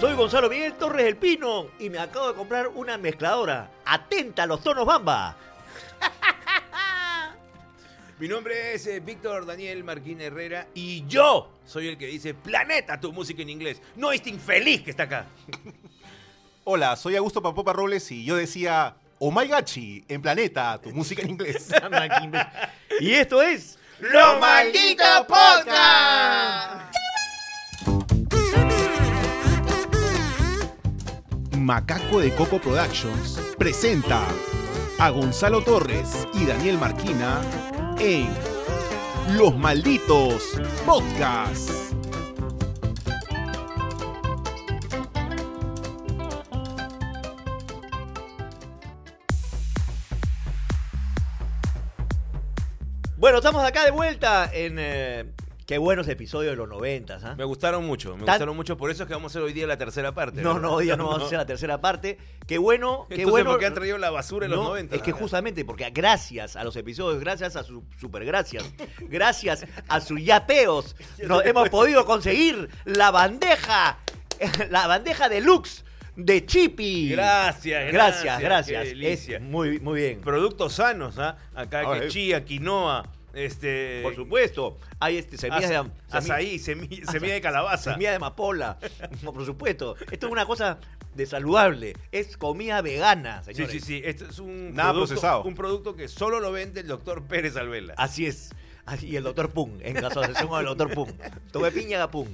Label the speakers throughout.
Speaker 1: Soy Gonzalo Miguel Torres del Pino y me acabo de comprar una mezcladora. Atenta a los tonos bamba.
Speaker 2: Mi nombre es eh, Víctor Daniel Marquín Herrera y yo soy el que dice planeta tu música en inglés. No este infeliz que está acá.
Speaker 3: Hola, soy Augusto Papopa Robles y yo decía, oh my gachi, en planeta, tu música en inglés.
Speaker 1: Anda, qué imbécil. y esto es...
Speaker 2: ¡Lo maldito podcast!
Speaker 3: Macaco de Coco Productions presenta a Gonzalo Torres y Daniel Marquina en Los Malditos Podcasts.
Speaker 1: Bueno, estamos acá de vuelta en... eh, qué buenos episodios de los noventas, ¿ah?
Speaker 2: Me gustaron mucho, me
Speaker 1: Tan-
Speaker 2: gustaron mucho. Por eso es que vamos a hacer hoy día la tercera parte.
Speaker 1: No,
Speaker 2: ¿verdad?
Speaker 1: no, ya no vamos a hacer la tercera parte. Qué bueno, qué
Speaker 2: Entonces,
Speaker 1: bueno.
Speaker 2: ¿por qué han traído la basura en los
Speaker 1: No,
Speaker 2: 90?
Speaker 1: Es que justamente porque gracias a los episodios, gracias a sus supergracias, gracias a sus yapeos, nos hemos podido conseguir la bandeja, la bandeja deluxe de Chipi.
Speaker 2: Gracias,
Speaker 1: gracias,
Speaker 2: gracias,
Speaker 1: gracias.
Speaker 2: qué delicia.
Speaker 1: Es muy, muy bien.
Speaker 2: Productos sanos, ¿ah? Acá
Speaker 3: Ay.
Speaker 2: que chía, quinoa, este...
Speaker 1: Por supuesto, hay este semillas
Speaker 2: aza-
Speaker 1: de am- semillas-
Speaker 2: azaí, semilla, semilla de calabaza.
Speaker 1: semilla de amapola. No, por supuesto, esto es una cosa de saludable, es comida vegana,
Speaker 2: Sí,
Speaker 1: señores.
Speaker 2: sí, sí. Esto es un
Speaker 3: Nada
Speaker 2: producto,
Speaker 3: procesado.
Speaker 2: Un producto que solo lo vende el doctor Pérez Alvela.
Speaker 1: Así es. Así- Y el doctor Pum, en caso de con el doctor Pum. Tuve piña Pum.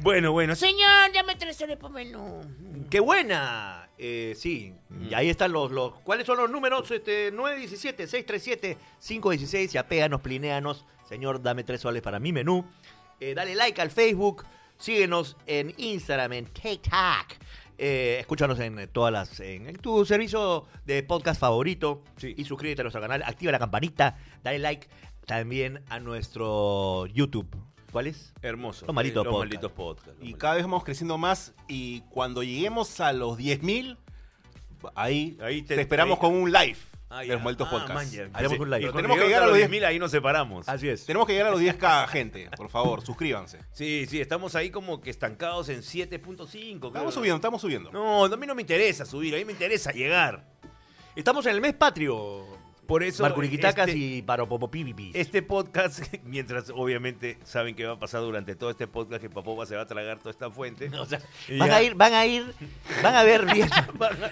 Speaker 2: Bueno, bueno. sí.
Speaker 4: Señor, dame tres horas por menú.
Speaker 1: ¡Qué buena! Eh, sí, y ahí están los, los. ¿Cuáles son los números? Este, 917, 637, 516. Y apéanos, plinéanos. Señor, dame tres soles para mi menú. Eh, dale like al Facebook. Síguenos en Instagram, en TikTok. Eh, escúchanos en eh, todas las. En, en tu servicio de podcast favorito.
Speaker 2: Sí.
Speaker 1: Y suscríbete a nuestro canal. Activa la campanita. Dale like también a nuestro YouTube. ¿Cuál es?
Speaker 2: Hermoso.
Speaker 1: Los malditos
Speaker 2: Eh, los
Speaker 1: podcast.
Speaker 2: malditos podcast. los
Speaker 3: Y
Speaker 2: malditos.
Speaker 3: cada vez vamos creciendo más y cuando lleguemos a los 10.000, ahí,
Speaker 2: Ahí te-
Speaker 3: te, esperamos
Speaker 2: ahí-
Speaker 3: con un live
Speaker 2: Ah,
Speaker 3: de
Speaker 2: ya.
Speaker 3: los Malditos
Speaker 2: Ah, man,
Speaker 3: Podcasts.
Speaker 2: ya.
Speaker 1: Haremos
Speaker 2: Sí.
Speaker 1: un live.
Speaker 2: Y
Speaker 1: Pero
Speaker 2: tenemos que llegar a los 10.000, ahí nos separamos.
Speaker 1: Así es.
Speaker 3: Tenemos que llegar a los 10k, gente. Por favor, suscríbanse.
Speaker 2: Sí, sí, estamos ahí como que estancados en 7.5. creo.
Speaker 3: Estamos subiendo, estamos subiendo.
Speaker 2: No, a mí no me interesa subir, a mí me interesa llegar.
Speaker 1: Estamos en el mes patrio.
Speaker 2: Por eso
Speaker 1: Marcuriquitacas
Speaker 2: este,
Speaker 1: y Paropopopipipis.
Speaker 2: este podcast, mientras obviamente saben que va a pasar durante todo este podcast que Papoba se va a tragar toda esta fuente.
Speaker 1: O sea,
Speaker 2: Y
Speaker 1: van
Speaker 2: ya.
Speaker 1: a ir, van a ir, van a ver bien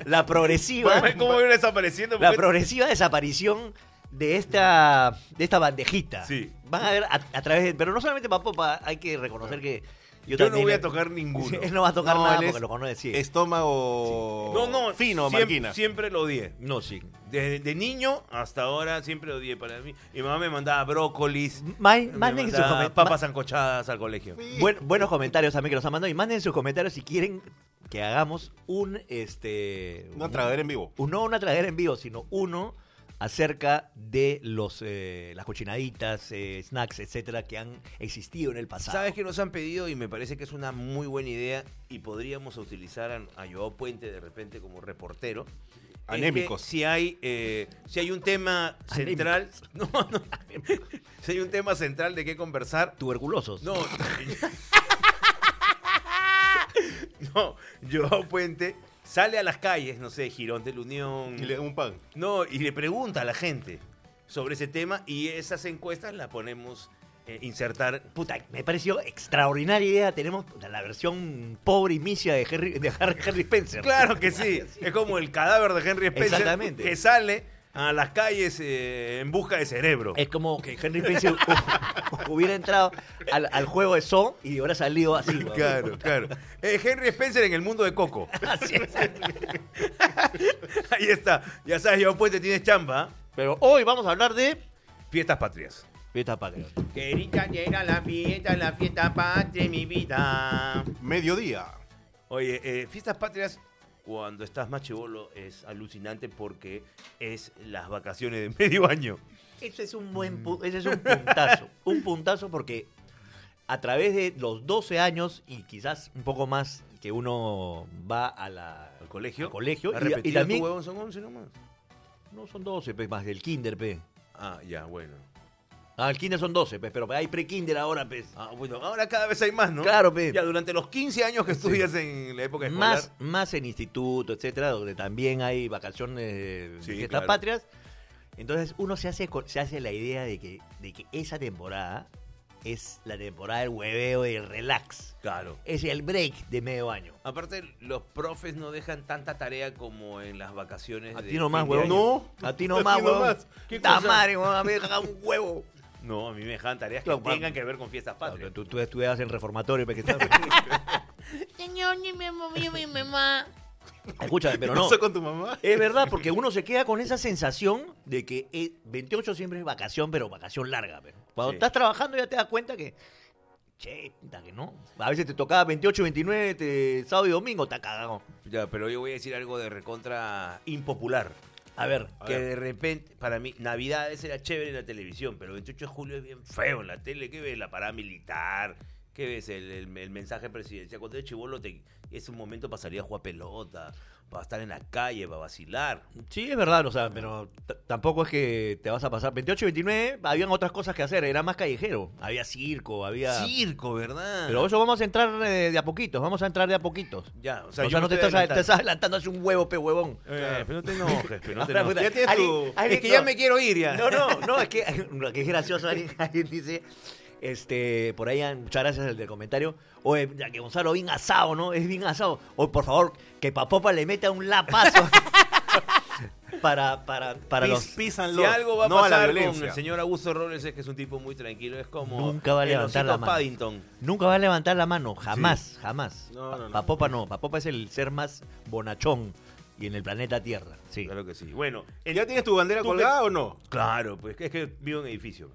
Speaker 1: la progresiva,
Speaker 2: Bueno, ¿Cómo viene desapareciendo?
Speaker 1: la
Speaker 2: Porque-
Speaker 1: progresiva desaparición de esta, de esta bandejita.
Speaker 2: Sí.
Speaker 1: Van a ver a, a través de, pero no solamente para Popa, hay que reconocer que yo,
Speaker 2: Yo no
Speaker 1: también-
Speaker 2: voy a tocar ninguno.
Speaker 1: Él no va a tocar
Speaker 3: No,
Speaker 1: nada
Speaker 3: él es-
Speaker 1: porque lo conoce. sí.
Speaker 3: Estómago
Speaker 2: No, no,
Speaker 3: fino,
Speaker 2: siempre,
Speaker 3: Marquina.
Speaker 2: Siempre lo odié.
Speaker 1: No, sí.
Speaker 2: Desde de niño hasta ahora siempre lo odié para mí. Mi mamá me mandaba brócolis.
Speaker 1: Ma-
Speaker 2: me
Speaker 1: Manden sus
Speaker 2: mandaba
Speaker 1: comen-
Speaker 2: papas ancochadas al colegio.
Speaker 1: ma- buen- buenos comentarios también que nos han mandado y manden sus comentarios si quieren que hagamos un este
Speaker 3: Una
Speaker 1: un-
Speaker 3: tragadera en vivo.
Speaker 1: un- no una tragadera en vivo, sino uno acerca de los eh, las cochinaditas, eh, snacks, etcétera, que han existido en el pasado.
Speaker 2: ¿Sabes qué nos han pedido? Y me parece que es una muy buena idea y podríamos utilizar a, a Joao Puente de repente como reportero. Es que
Speaker 3: Anémicos.
Speaker 2: si, hay, eh, si hay un tema central... No, no. Si hay un tema central de qué conversar,
Speaker 1: Tuberculosos.
Speaker 2: No. no, Joao Puente sale a las calles, no sé, Girón de la Unión.
Speaker 3: Y le un pan.
Speaker 2: No, y le pregunta a la gente sobre ese tema y esas encuestas las ponemos eh, insertar.
Speaker 1: Puta, me pareció extraordinaria idea. Tenemos puta, la versión pobre y misia de Harry, de Harry, Harry Spencer.
Speaker 2: Claro que sí, es como el cadáver de Henry Spencer
Speaker 1: Exactamente.
Speaker 2: que sale a las calles eh, en busca de cerebro.
Speaker 1: Es como que Henry Spencer hu- hubiera entrado al, al juego de So y hubiera salido así. weón.
Speaker 2: Claro, claro. Eh, Henry Spencer en el mundo de Coco.
Speaker 1: Así es.
Speaker 2: Ahí está. Ya sabes, Joao Puente tienes chamba. ¿ah?
Speaker 1: Pero hoy vamos a hablar de
Speaker 2: Fiestas patrias.
Speaker 1: fiesta patria.
Speaker 2: Qué rica llega la fiesta, la fiesta patria, mi vida.
Speaker 3: Mediodía.
Speaker 2: Oye, eh, fiestas patrias, cuando estás más chivolo, es alucinante porque es las vacaciones de medio año.
Speaker 1: Ese es un buen
Speaker 2: Mm.
Speaker 1: pu- ese es un puntazo. un puntazo porque a través de los 12 años y quizás un poco más que uno va a la,
Speaker 2: Al colegio.
Speaker 1: al colegio
Speaker 2: ¿Has
Speaker 1: y- y,
Speaker 2: repetido
Speaker 1: también...
Speaker 2: tu huevón? son 11 nomás.
Speaker 1: No son 12, pe, más del kinder, pe.
Speaker 2: Ah, ya, bueno.
Speaker 1: Ah, el kinder son 12, pues, pero hay pre-kinder ahora, pues.
Speaker 2: Ah, bueno, ahora cada vez hay más, ¿no?
Speaker 1: Claro, pe.
Speaker 2: Ya durante los 15 años que estudias en la época escolar.
Speaker 1: Más, más en instituto, etcétera, donde también hay vacaciones de
Speaker 2: Sí,
Speaker 1: fiestas
Speaker 2: claro.
Speaker 1: patrias. Entonces uno se hace, con- se hace la idea de que, de que esa temporada es la temporada del hueveo y el relax.
Speaker 2: Claro.
Speaker 1: Es el break de medio año.
Speaker 2: Aparte, los profes no dejan tanta tarea como en las vacaciones.
Speaker 1: A
Speaker 2: de
Speaker 1: ti nomás,
Speaker 2: fin de
Speaker 1: huevón.
Speaker 2: año.
Speaker 3: No.
Speaker 1: A ti
Speaker 3: A
Speaker 1: nomás,
Speaker 3: ti
Speaker 1: huevón.
Speaker 3: nomás.
Speaker 2: ¿Qué
Speaker 1: Ta
Speaker 2: cosa?
Speaker 1: madre, huevón, a mí me caga un huevo.
Speaker 2: No, a mí me dejan tareas
Speaker 1: Claro,
Speaker 2: que tengan
Speaker 1: bueno.
Speaker 2: que ver con fiestas patrias.
Speaker 1: Tú, tú estudiabas en reformatorio, pues, que estás-
Speaker 4: Señor, ni me movió mi mamá.
Speaker 1: Escúchame, pero
Speaker 3: ¿Qué
Speaker 1: no.
Speaker 3: pasó con tu mamá?
Speaker 1: Es verdad, porque uno se queda con esa sensación de que eh, 28 siempre es vacación, pero vacación larga. pero Cuando
Speaker 2: Sí.
Speaker 1: estás trabajando ya te das cuenta que, che, puta que no. A veces te tocaba 28, 29, te- sábado y domingo, está cagado.
Speaker 2: Ya, pero yo voy a decir algo de recontra impopular.
Speaker 1: A ver,
Speaker 3: A
Speaker 2: que
Speaker 3: ver.
Speaker 2: de repente, para mí, Navidades era chévere en la televisión, pero 28 de julio es bien feo en la tele. ¿Qué ves? La parada militar. ¿Qué ves? El, el- el mensaje presidencial. Cuando eres chivolo, te- es un momento para salir a jugar pelota, para estar en la calle, para vacilar.
Speaker 1: sí es verdad, o sea, pero t- tampoco es que te vas a pasar. 28 y 29 habían otras cosas que hacer, era más callejero. Había circo, había...
Speaker 2: Circo, ¿verdad?
Speaker 1: Pero eso vamos a entrar eh, de a poquitos, vamos a entrar de a poquitos.
Speaker 2: Ya, o
Speaker 1: O
Speaker 2: sea,
Speaker 1: sea,
Speaker 2: yo
Speaker 1: no te
Speaker 2: me
Speaker 1: estás,
Speaker 2: estoy
Speaker 1: te estás adelantando hace un huevo, pe huevón.
Speaker 2: adelantando. Eh, pero no te enojes, pero no te
Speaker 1: Ahora,
Speaker 2: enojes.
Speaker 1: puta,
Speaker 3: Ya tienes
Speaker 1: alguien-
Speaker 3: tu-
Speaker 1: alguien
Speaker 2: Es que ya
Speaker 1: no.
Speaker 2: me quiero ir ya.
Speaker 1: No, no, no, es que, lo que es gracioso, alguien, alguien dice, este, por ahí, muchas gracias al del comentario, oye, ya que Gonzalo bien asado, ¿no? Es bien asado. O por favor, que Papopa le meta un lapazo para, para, para los...
Speaker 3: pisan
Speaker 2: Si algo va a
Speaker 3: no a la
Speaker 2: pasar con
Speaker 3: violencia.
Speaker 2: el señor Augusto Robles es que es un tipo muy tranquilo, es como
Speaker 1: Nunca va a
Speaker 2: el
Speaker 1: levantar la
Speaker 2: osito
Speaker 1: mano.
Speaker 2: Paddington.
Speaker 1: Nunca va a levantar la mano, jamás, jamás.
Speaker 3: No,
Speaker 1: Pa-
Speaker 3: no, no.
Speaker 1: Papopa no, Papopa es el ser más bonachón y en el planeta Tierra, sí.
Speaker 2: Claro que sí. Bueno, el-
Speaker 3: ¿Ya tienes tu bandera
Speaker 2: Tú
Speaker 3: colgada o no?
Speaker 2: claro, pues es que vivo en edificio.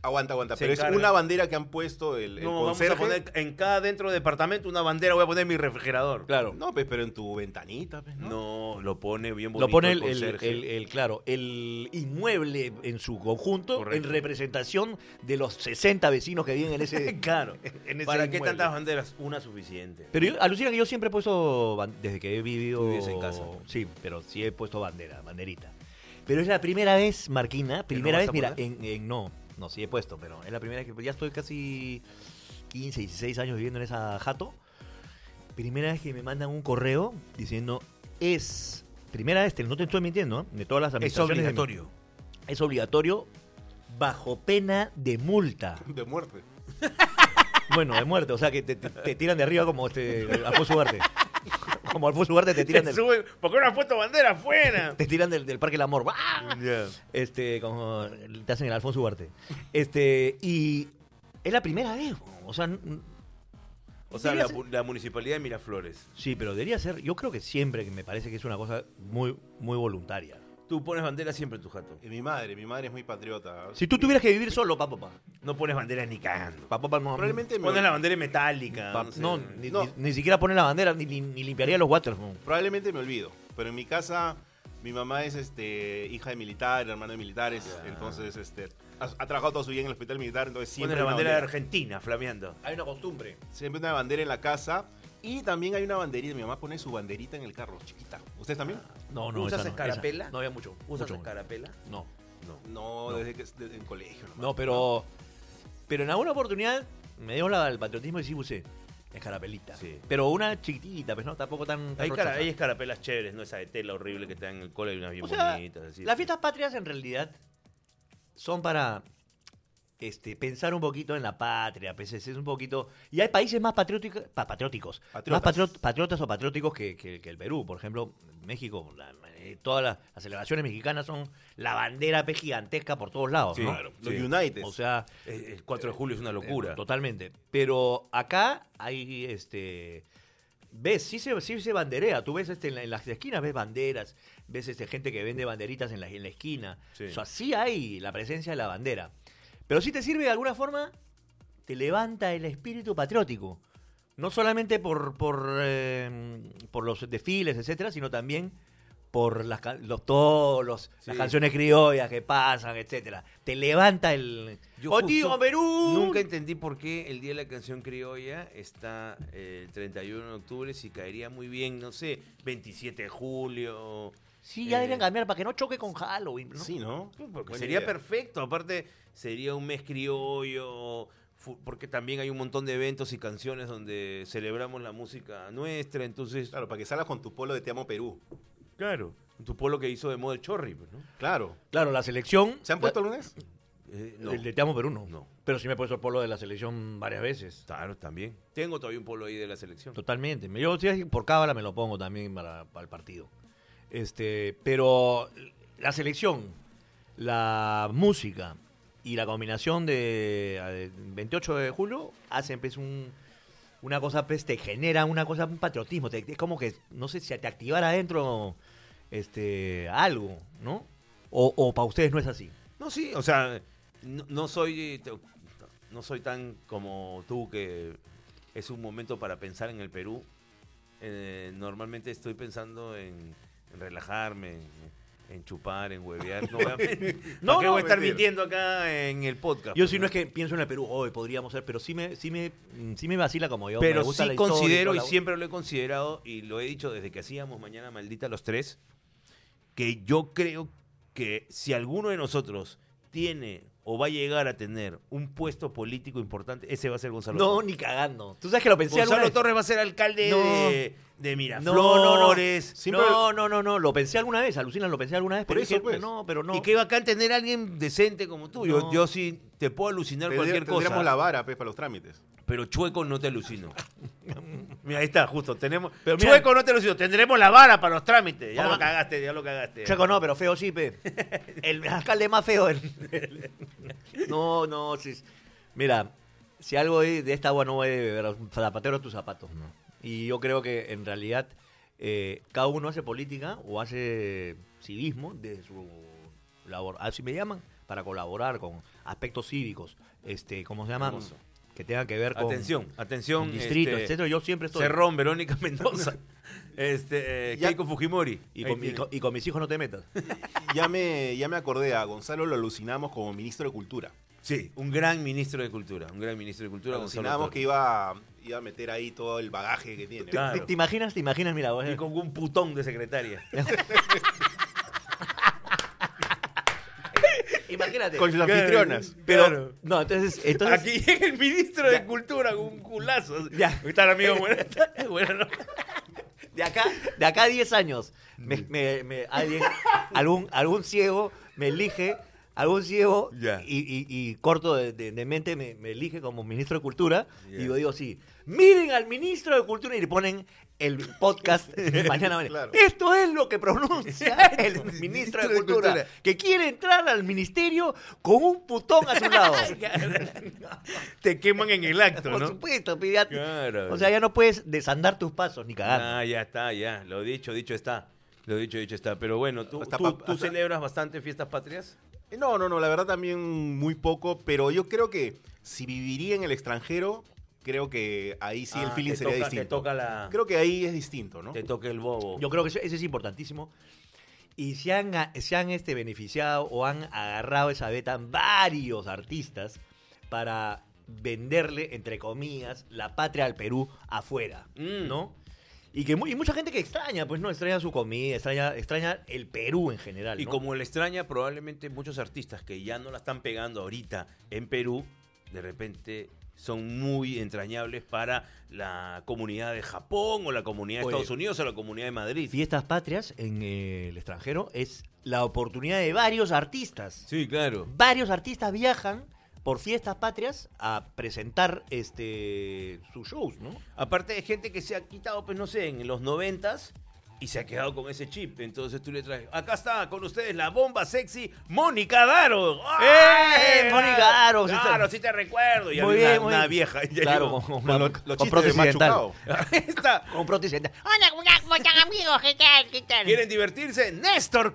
Speaker 3: Aguanta, aguanta.
Speaker 2: Se
Speaker 3: Pero es
Speaker 2: encarga.
Speaker 3: una bandera que han puesto el, el
Speaker 2: No, vamos a
Speaker 3: conserje.
Speaker 2: poner en cada dentro departamento una bandera, voy a poner mi refrigerador.
Speaker 1: Claro.
Speaker 3: No, pues, pero en tu ventanita, pues, ¿no?
Speaker 2: No, lo pone bien bonito.
Speaker 1: Lo pone el, el-
Speaker 2: conserje.
Speaker 1: el- el- claro, el inmueble en su conjunto
Speaker 2: Correcto.
Speaker 1: en representación de los 60 vecinos que viven en ese
Speaker 2: claro.
Speaker 1: en ese
Speaker 2: ¿Para qué
Speaker 1: inmueble.
Speaker 2: tantas banderas? Una suficiente.
Speaker 1: Pero yo, alucina que yo siempre he puesto, ban- desde que he vivido...
Speaker 2: Tú vives en casa.
Speaker 1: Sí, pero sí he puesto bandera, banderita. Pero es la primera vez, Marquina, primera
Speaker 2: vas
Speaker 1: vez,
Speaker 2: a
Speaker 1: mira,
Speaker 2: poner?
Speaker 1: en, en- no, no, sí he puesto, pero es la primera vez que ya estoy casi 15, 16 años viviendo en esa jato. Primera vez que me mandan un correo diciendo, es, primera vez, te- no te estoy mintiendo, ¿eh? de todas las
Speaker 2: es
Speaker 1: administraciones. de mi-
Speaker 2: obligatorio.
Speaker 1: es obligatorio bajo pena de multa.
Speaker 3: De muerte.
Speaker 1: Bueno, de muerte, o sea que te, te- te tiran de arriba como este Alfonso Ugarte. Como Alfonso Ugarte te tiran
Speaker 2: Te
Speaker 1: del,
Speaker 2: suben, ¿Por qué no has puesto bandera afuera?
Speaker 1: te tiran del, del Parque del Amor. ¡Ah!
Speaker 2: Ya.
Speaker 1: Este, como te hacen el Alfonso Ugarte. Este, y es la primera vez, o sea, n-
Speaker 2: O sea,
Speaker 1: Diría
Speaker 2: la,
Speaker 1: ser-
Speaker 2: mu- la municipalidad de Miraflores.
Speaker 1: sí, pero debería ser, yo creo que siempre, que me parece que es una cosa muy, muy voluntaria.
Speaker 2: Tú pones bandera siempre en tu jato.
Speaker 3: Y mi madre, mi madre es muy patriota.
Speaker 1: Si tú tuvieras que vivir solo, papá, papá,
Speaker 2: No pones banderas ni cagando.
Speaker 1: papá, no,
Speaker 3: Probablemente me,
Speaker 2: Pones la bandera metálica.
Speaker 1: pa-
Speaker 2: no sé.
Speaker 1: no, ni,
Speaker 3: No.
Speaker 1: ni- ni siquiera poner la bandera, ni, ni- ni limpiaría los waters. no.
Speaker 3: probablemente me olvido. Pero en mi casa, mi mamá es este hija de militar, hermana de militares. Entonces, este ha, ha trabajado toda su vida en el hospital militar. Entonces siempre
Speaker 2: Pones la
Speaker 3: hay una
Speaker 2: bandera de Argentina flameando.
Speaker 1: Hay una costumbre.
Speaker 3: Siempre una bandera en la casa. Y también hay una banderita. Mi mamá pone su banderita en el carro, chiquita. ¿Ustedes también?
Speaker 1: No, no, esa
Speaker 2: ¿Usas
Speaker 1: no, esa.
Speaker 2: escarapela?
Speaker 1: no había mucho.
Speaker 2: ¿Usas
Speaker 1: mucho.
Speaker 2: escarapela?
Speaker 1: No.
Speaker 2: No.
Speaker 3: No, desde que desde en colegio. nomás.
Speaker 1: No, pero. Pero en alguna oportunidad me dio la, el patriotismo y sí usé escarapelita.
Speaker 2: Sí.
Speaker 1: Pero una chiquitita, pues no, tampoco tan. tan
Speaker 2: Hay, cara-
Speaker 1: rochosa.
Speaker 2: hay escarapelas chéveres, no esa de tela horrible que te dan en el cole y unas bien
Speaker 1: O sea,
Speaker 2: bonitas. Así,
Speaker 1: las fiestas patrias en realidad son para este, pensar un poquito en la patria, pues, es es un poquito... Y hay países más patrióticos, pa- patrióticos
Speaker 3: Patriotas.
Speaker 1: más patriot- patriotas o patrióticos que, que- que el Perú. Por ejemplo, México, la- eh, todas las, las celebraciones mexicanas son la bandera pues, gigantesca por todos lados.
Speaker 3: Sí,
Speaker 1: ¿no?
Speaker 3: claro. Los United.
Speaker 1: O sea,
Speaker 2: El, el 4 de julio es una
Speaker 1: eh,
Speaker 2: locura.
Speaker 1: Totalmente. Pero acá hay este. Ves, sí se, sí se banderea. Tú ves este, en, la- en las esquinas, ves banderas, ves este, gente que vende banderitas en la, en la esquina.
Speaker 2: Sí.
Speaker 1: O sea, sí hay la presencia de la bandera. Pero sí te sirve de alguna forma, te levanta el espíritu patriótico. No solamente por, por, eh, por los desfiles, etcétera, sino también por las, ca- los tolos, las
Speaker 2: Sí.
Speaker 1: canciones criollas que pasan, etcétera. Te levanta el...
Speaker 2: Yo
Speaker 1: ¡Oh,
Speaker 2: justo
Speaker 1: tío, Perú!
Speaker 2: Nunca entendí por qué el Día de la Canción Criolla está eh, el 31 de octubre, si caería muy bien, no sé, 27 de julio.
Speaker 1: Sí, ya
Speaker 2: Eh,
Speaker 1: deberían cambiar para que no choque con Halloween. ¿no?
Speaker 3: Sí, ¿no?
Speaker 2: Porque
Speaker 3: Buena
Speaker 2: sería
Speaker 3: idea.
Speaker 2: perfecto. Aparte, sería un mes criollo. fu- Porque también hay un montón de eventos y canciones donde celebramos la música nuestra. Entonces,
Speaker 3: Claro, para que salgas con tu polo de Te Amo Perú.
Speaker 2: claro. Tu pueblo que hizo de moda el chorri, pues, ¿no?
Speaker 3: Claro.
Speaker 1: Claro, la selección.
Speaker 3: ¿Se han puesto alguna vez?
Speaker 2: Eh,
Speaker 1: la-
Speaker 2: no.
Speaker 1: El de Te Amo Perú no.
Speaker 2: No.
Speaker 1: Pero sí me he puesto el polo de la selección varias veces.
Speaker 2: Claro, también. Tengo todavía un pueblo ahí de la selección.
Speaker 1: Totalmente. Me- Yo sí, por cábala me lo pongo también para, para el partido. Este, pero la selección, la música y la combinación de a- de 28 de julio hacen pues un una cosa pues te genera una cosa un patriotismo, te- es como que no sé si te activara adentro este algo, ¿no? O, o para ustedes no es así.
Speaker 2: No, sí, o sea, no, no soy no soy tan como tú que es un momento para pensar en el Perú. Eh, normalmente estoy pensando en, en relajarme, en, en chupar, en huevear. No, voy a-
Speaker 1: No,
Speaker 2: ¿Para qué
Speaker 1: no,
Speaker 2: voy a estar
Speaker 3: mentira.
Speaker 2: mintiendo acá en el podcast.
Speaker 1: Yo sí no es que pienso en el Perú hoy podríamos ser, pero sí me sí me mm, sí me vacila como yo,
Speaker 2: Pero
Speaker 1: me gusta
Speaker 2: sí
Speaker 1: la historia
Speaker 2: considero,
Speaker 1: toda
Speaker 2: y
Speaker 1: la-
Speaker 2: siempre lo he considerado, y lo he dicho desde que hacíamos Mañana Maldita los tres, que yo creo que si alguno de nosotros tiene o va a llegar a tener un puesto político importante, ese va a ser Gonzalo
Speaker 1: No,
Speaker 2: Torres.
Speaker 1: ni cagando. Tú sabes que lo pensé alguna
Speaker 2: Gonzalo
Speaker 1: vez.
Speaker 2: Torres va a ser alcalde
Speaker 1: No.
Speaker 2: de, de
Speaker 1: No, no, no.
Speaker 2: Miraflores.
Speaker 3: Siempre-
Speaker 1: No, no, no, no. Lo pensé alguna vez, alucina, lo pensé alguna vez.
Speaker 3: Por
Speaker 1: pero
Speaker 3: eso,
Speaker 1: dije,
Speaker 3: pues.
Speaker 1: No, pero no.
Speaker 2: Y qué bacán tener a alguien decente como tú. Yo,
Speaker 1: No.
Speaker 2: yo sí te puedo alucinar cualquier cosa,
Speaker 3: Tendremos la vara, pues, para los trámites.
Speaker 2: pero chueco no te alucino. Mira, ahí está, justo. Tenemos,
Speaker 1: Pero mira-
Speaker 2: chueco no te alucino. Tendremos la vara para los trámites. Ya
Speaker 1: Vamos
Speaker 2: lo
Speaker 1: a-
Speaker 2: cagaste, ya lo cagaste.
Speaker 1: Chaco, no, pero feo sí, pe. El alcalde más feo. del- del- No, no, sí. Mira, si algo de de esta agua no voy a beber, zapatero a tus zapatos. ¿no? Y yo creo que en realidad eh, cada uno hace política o hace civismo de su labor. Así me llaman para colaborar con aspectos cívicos, este, ¿cómo se llama?
Speaker 2: Hermoso.
Speaker 1: Que tengan que ver con
Speaker 2: Atención, atención.
Speaker 1: con distrito,
Speaker 2: este,
Speaker 1: etcétera. Yo siempre estoy.
Speaker 2: Cerrón, Verónica Mendoza. este, eh,
Speaker 3: Ya-
Speaker 2: Keiko Fujimori. Este,
Speaker 1: Y
Speaker 2: Ahí
Speaker 1: con, y
Speaker 2: tiene.
Speaker 1: con- y con mis hijos no te metas.
Speaker 3: Ya me, ya me acordé, a Gonzalo lo alucinamos como ministro de Cultura.
Speaker 2: Sí, un gran ministro de cultura. Un gran ministro de cultura. Gonzalo
Speaker 3: Alucinábamos
Speaker 2: Torres.
Speaker 3: que iba, a- iba a meter ahí todo el bagaje que tiene.
Speaker 2: Claro.
Speaker 1: ¿Te, te imaginas? ¿Te imaginas? Mira, vos-
Speaker 2: Y con un putón de secretaria.
Speaker 1: imagínate.
Speaker 3: Con sus anfitrionas.
Speaker 1: Pero,
Speaker 2: Claro.
Speaker 1: no, entonces, entonces
Speaker 2: Aquí llega el ministro de cultura con un culazo.
Speaker 1: Ya.
Speaker 2: ¿Qué tal, amigo? Buenas tardes. Buenas noches.
Speaker 1: de acá de acá a 10 años, me, me- me- alguien, algún, algún ciego me elige, algún ciego
Speaker 2: Ya.
Speaker 1: y, y- y corto de, de- de mente me, me elige como ministro de Cultura
Speaker 2: Ya.
Speaker 1: y yo digo así, miren al ministro de Cultura y le ponen el podcast de mañana. mañana.
Speaker 3: Claro.
Speaker 1: Esto es lo que pronuncia el ministro de Cultura, que quiere entrar al ministerio con un putón a su lado.
Speaker 2: Te queman en el acto,
Speaker 1: Por
Speaker 2: ¿no?
Speaker 1: supuesto, pirata.
Speaker 2: Claro.
Speaker 1: O sea, ya no puedes desandar tus pasos ni cagar.
Speaker 2: Ah, ya está, ya. Lo dicho, dicho está. Lo dicho, dicho está. Pero bueno, ¿tú,
Speaker 3: Hasta
Speaker 2: tú-
Speaker 3: pa-
Speaker 2: tú
Speaker 3: hasta-
Speaker 2: celebras bastante fiestas patrias?
Speaker 3: Eh, No, no, no, la verdad también muy poco, pero yo creo que si viviría en el extranjero, creo que ahí sí el
Speaker 2: Ah,
Speaker 3: feeling
Speaker 2: te
Speaker 3: sería
Speaker 2: toca- te
Speaker 3: distinto.
Speaker 2: toca la-
Speaker 3: Creo que ahí es distinto, ¿no?
Speaker 2: Te toca el bobo.
Speaker 1: Yo creo que eso- eso es importantísimo. Y se han, a- se han este, beneficiado o han agarrado esa beta varios artistas para venderle, entre comillas, la patria al Perú afuera,
Speaker 2: Mm.
Speaker 1: ¿no? Y que mu- y mucha gente que extraña, pues no, extraña su comida, extraña, extraña el Perú en general.
Speaker 2: Y
Speaker 1: ¿no?
Speaker 2: como le extraña, probablemente muchos artistas que ya no la están pegando ahorita en Perú, de repente son muy entrañables para la comunidad de Japón o la comunidad de
Speaker 1: Oye.
Speaker 2: Estados Unidos o la comunidad de Madrid.
Speaker 1: Fiestas patrias en eh, el extranjero es la oportunidad de varios artistas.
Speaker 2: Sí, claro.
Speaker 1: Varios artistas viajan por fiestas patrias a presentar este sus shows, ¿no?
Speaker 2: Aparte de gente que se ha quitado, pues no sé, en los noventas y se ha quedado con ese chip. Entonces tú le traes, acá está con ustedes la bomba sexy Mónica Daro. ¡Ay!
Speaker 1: ¡Eh, Mónica Daro!
Speaker 2: Claro,
Speaker 1: Sí te-
Speaker 2: sí te recuerdo. Ya
Speaker 1: Muy
Speaker 2: vi una-
Speaker 1: bien, muy
Speaker 2: una
Speaker 1: bien.
Speaker 2: vieja. ya
Speaker 1: Claro,
Speaker 2: llegó.
Speaker 1: con, con
Speaker 3: Con
Speaker 1: una-
Speaker 3: lo- los
Speaker 1: con
Speaker 3: chistes de
Speaker 1: prótesis dental.
Speaker 3: machucado.
Speaker 2: Ahí está.
Speaker 1: Con prótesis dental.
Speaker 4: Hola, ¿cómo están? ¿Cómo están, amigos? ¿Qué tal? ¿Qué tal?
Speaker 2: ¿Quieren divertirse? ¡Néstor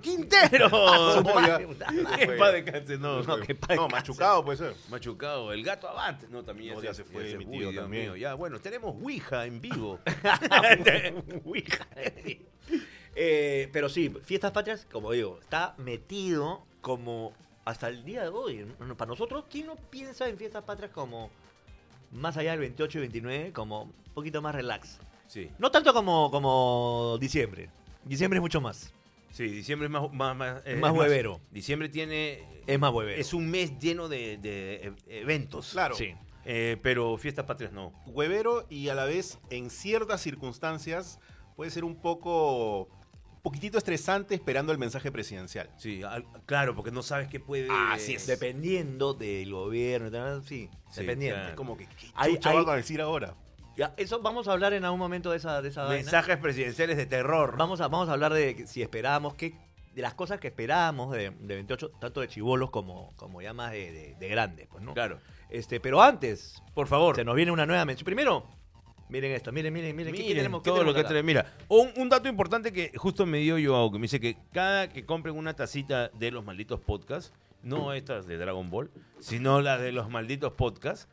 Speaker 2: Quintero!
Speaker 1: Ah,
Speaker 3: ya.
Speaker 2: Que en paz descanse, no.
Speaker 1: No, que pa'
Speaker 3: No,
Speaker 1: descanse.
Speaker 3: machucado puede ser.
Speaker 2: Machucado, el gato Abad. No, también
Speaker 3: No, ya se fue mi
Speaker 2: uy,
Speaker 3: tío
Speaker 2: Dios
Speaker 3: también.
Speaker 2: mío, ya, bueno, tenemos Ouija en vivo.
Speaker 1: Ah, Uy, hija de- Eh, pero sí, Fiestas Patrias, como digo, está metido como hasta el día de hoy. ¿no? Para nosotros, ¿quién no piensa en Fiestas Patrias como más allá del 28 y 29, como un poquito más relax?
Speaker 2: Sí,
Speaker 1: No tanto como, como diciembre. Diciembre es mucho más.
Speaker 2: Sí, diciembre es más... Más, más, eh,
Speaker 1: Más
Speaker 2: es
Speaker 1: huevero.
Speaker 2: Diciembre tiene...
Speaker 1: Es más huevero.
Speaker 2: Es un mes lleno de, de ev- eventos.
Speaker 3: Claro.
Speaker 1: Sí.
Speaker 2: Eh, pero fiestas patrias no.
Speaker 3: Huevero y a la vez, en ciertas circunstancias, puede ser un poco. Un poquitito estresante esperando el mensaje presidencial.
Speaker 2: Sí, al- claro, porque no sabes qué puede...
Speaker 3: Así es.
Speaker 1: Dependiendo del gobierno, y tal, sí,
Speaker 2: Sí,
Speaker 1: dependiente.
Speaker 2: claro.
Speaker 3: Como que, ¿qué
Speaker 1: Hay-
Speaker 3: chucha
Speaker 1: hay-
Speaker 3: van a decir ahora?
Speaker 1: Ya, eso vamos a hablar en algún momento de esa, de esa vaina.
Speaker 2: Mensajes presidenciales de terror.
Speaker 1: Vamos a, vamos a hablar de que si esperábamos, que, de las cosas que esperábamos de, de 28, tanto de chivolos como, como ya más de, de- de grandes, pues, ¿no?
Speaker 2: Claro.
Speaker 1: Este, pero antes,
Speaker 2: Por favor.
Speaker 1: se nos viene una nueva mención. Primero, miren esto, miren, miren, miren, ¿qué-
Speaker 2: Miren
Speaker 1: qué tenemos? ¿Qué
Speaker 2: todo
Speaker 1: tenemos
Speaker 2: lo que
Speaker 1: acá?
Speaker 2: trae. Mira, un, un dato importante que justo me dio Joao, que me dice que cada que compren una tacita de los malditos podcasts, no
Speaker 1: Mm.
Speaker 2: estas de Dragon Ball, sino las de los malditos podcasts,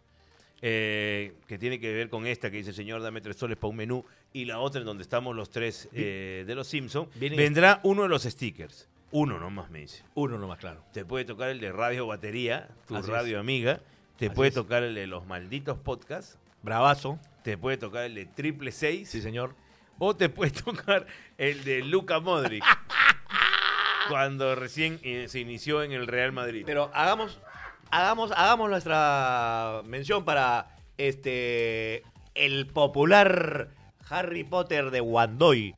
Speaker 2: eh, que tiene que ver con esta que dice, señor, dame tres soles para un menú, y la otra en donde estamos los tres eh, de los Simpsons,
Speaker 1: Vienen-
Speaker 2: vendrá uno de los stickers. Uno nomás, me dice.
Speaker 1: Uno nomás, claro.
Speaker 2: Te puede tocar el de Radio Batería, tu
Speaker 1: Así
Speaker 2: radio amiga. Te
Speaker 1: Así
Speaker 2: puede
Speaker 1: es.
Speaker 2: tocar el de los malditos podcasts.
Speaker 1: Bravazo.
Speaker 2: Te puede tocar el de triple seis.
Speaker 1: Sí, señor.
Speaker 2: O te puede tocar el de Luca Modric. cuando recién eh, se inició en el Real Madrid.
Speaker 1: Pero hagamos, hagamos, hagamos nuestra mención para este el popular Harry Potter de Wandoy.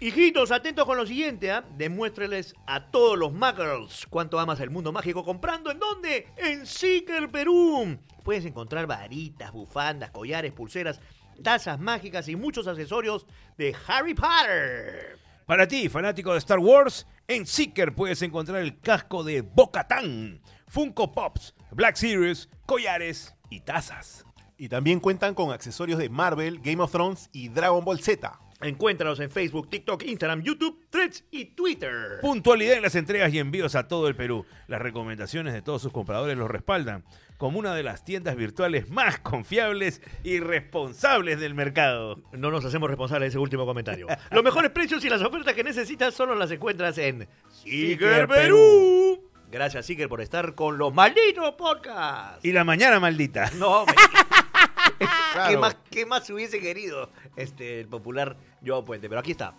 Speaker 1: Hijitos, atentos con lo siguiente, ¿ah? Demuéstreles a todos los muggles cuánto amas el mundo mágico comprando en dónde? En Seeker Perú. Puedes encontrar varitas, bufandas, collares, pulseras, tazas mágicas y muchos accesorios de Harry Potter.
Speaker 2: Para ti, fanático de Star Wars, en Seeker puedes encontrar el casco de Bocatán, Funko Pops, Black Series, collares y tazas.
Speaker 3: Y también cuentan con accesorios de Marvel, Game of Thrones y Dragon Ball Z.
Speaker 1: Encuéntranos en Facebook, TikTok, Instagram, YouTube, Threads y Twitter.
Speaker 2: Puntualidad en las entregas y envíos a todo el Perú. Las recomendaciones de todos sus compradores los respaldan como una de las tiendas virtuales más confiables y responsables del mercado.
Speaker 1: No nos hacemos responsables de ese último comentario. Los mejores precios y las ofertas que necesitas solo las encuentras en Seeker Perú. Gracias, Seeker, por estar con los malditos podcasts.
Speaker 2: Y la mañana maldita.
Speaker 1: No, me- ¿qué,
Speaker 3: Claro.
Speaker 1: más, ¿qué más se hubiese querido este, el popular Joao Puente? Pero aquí está.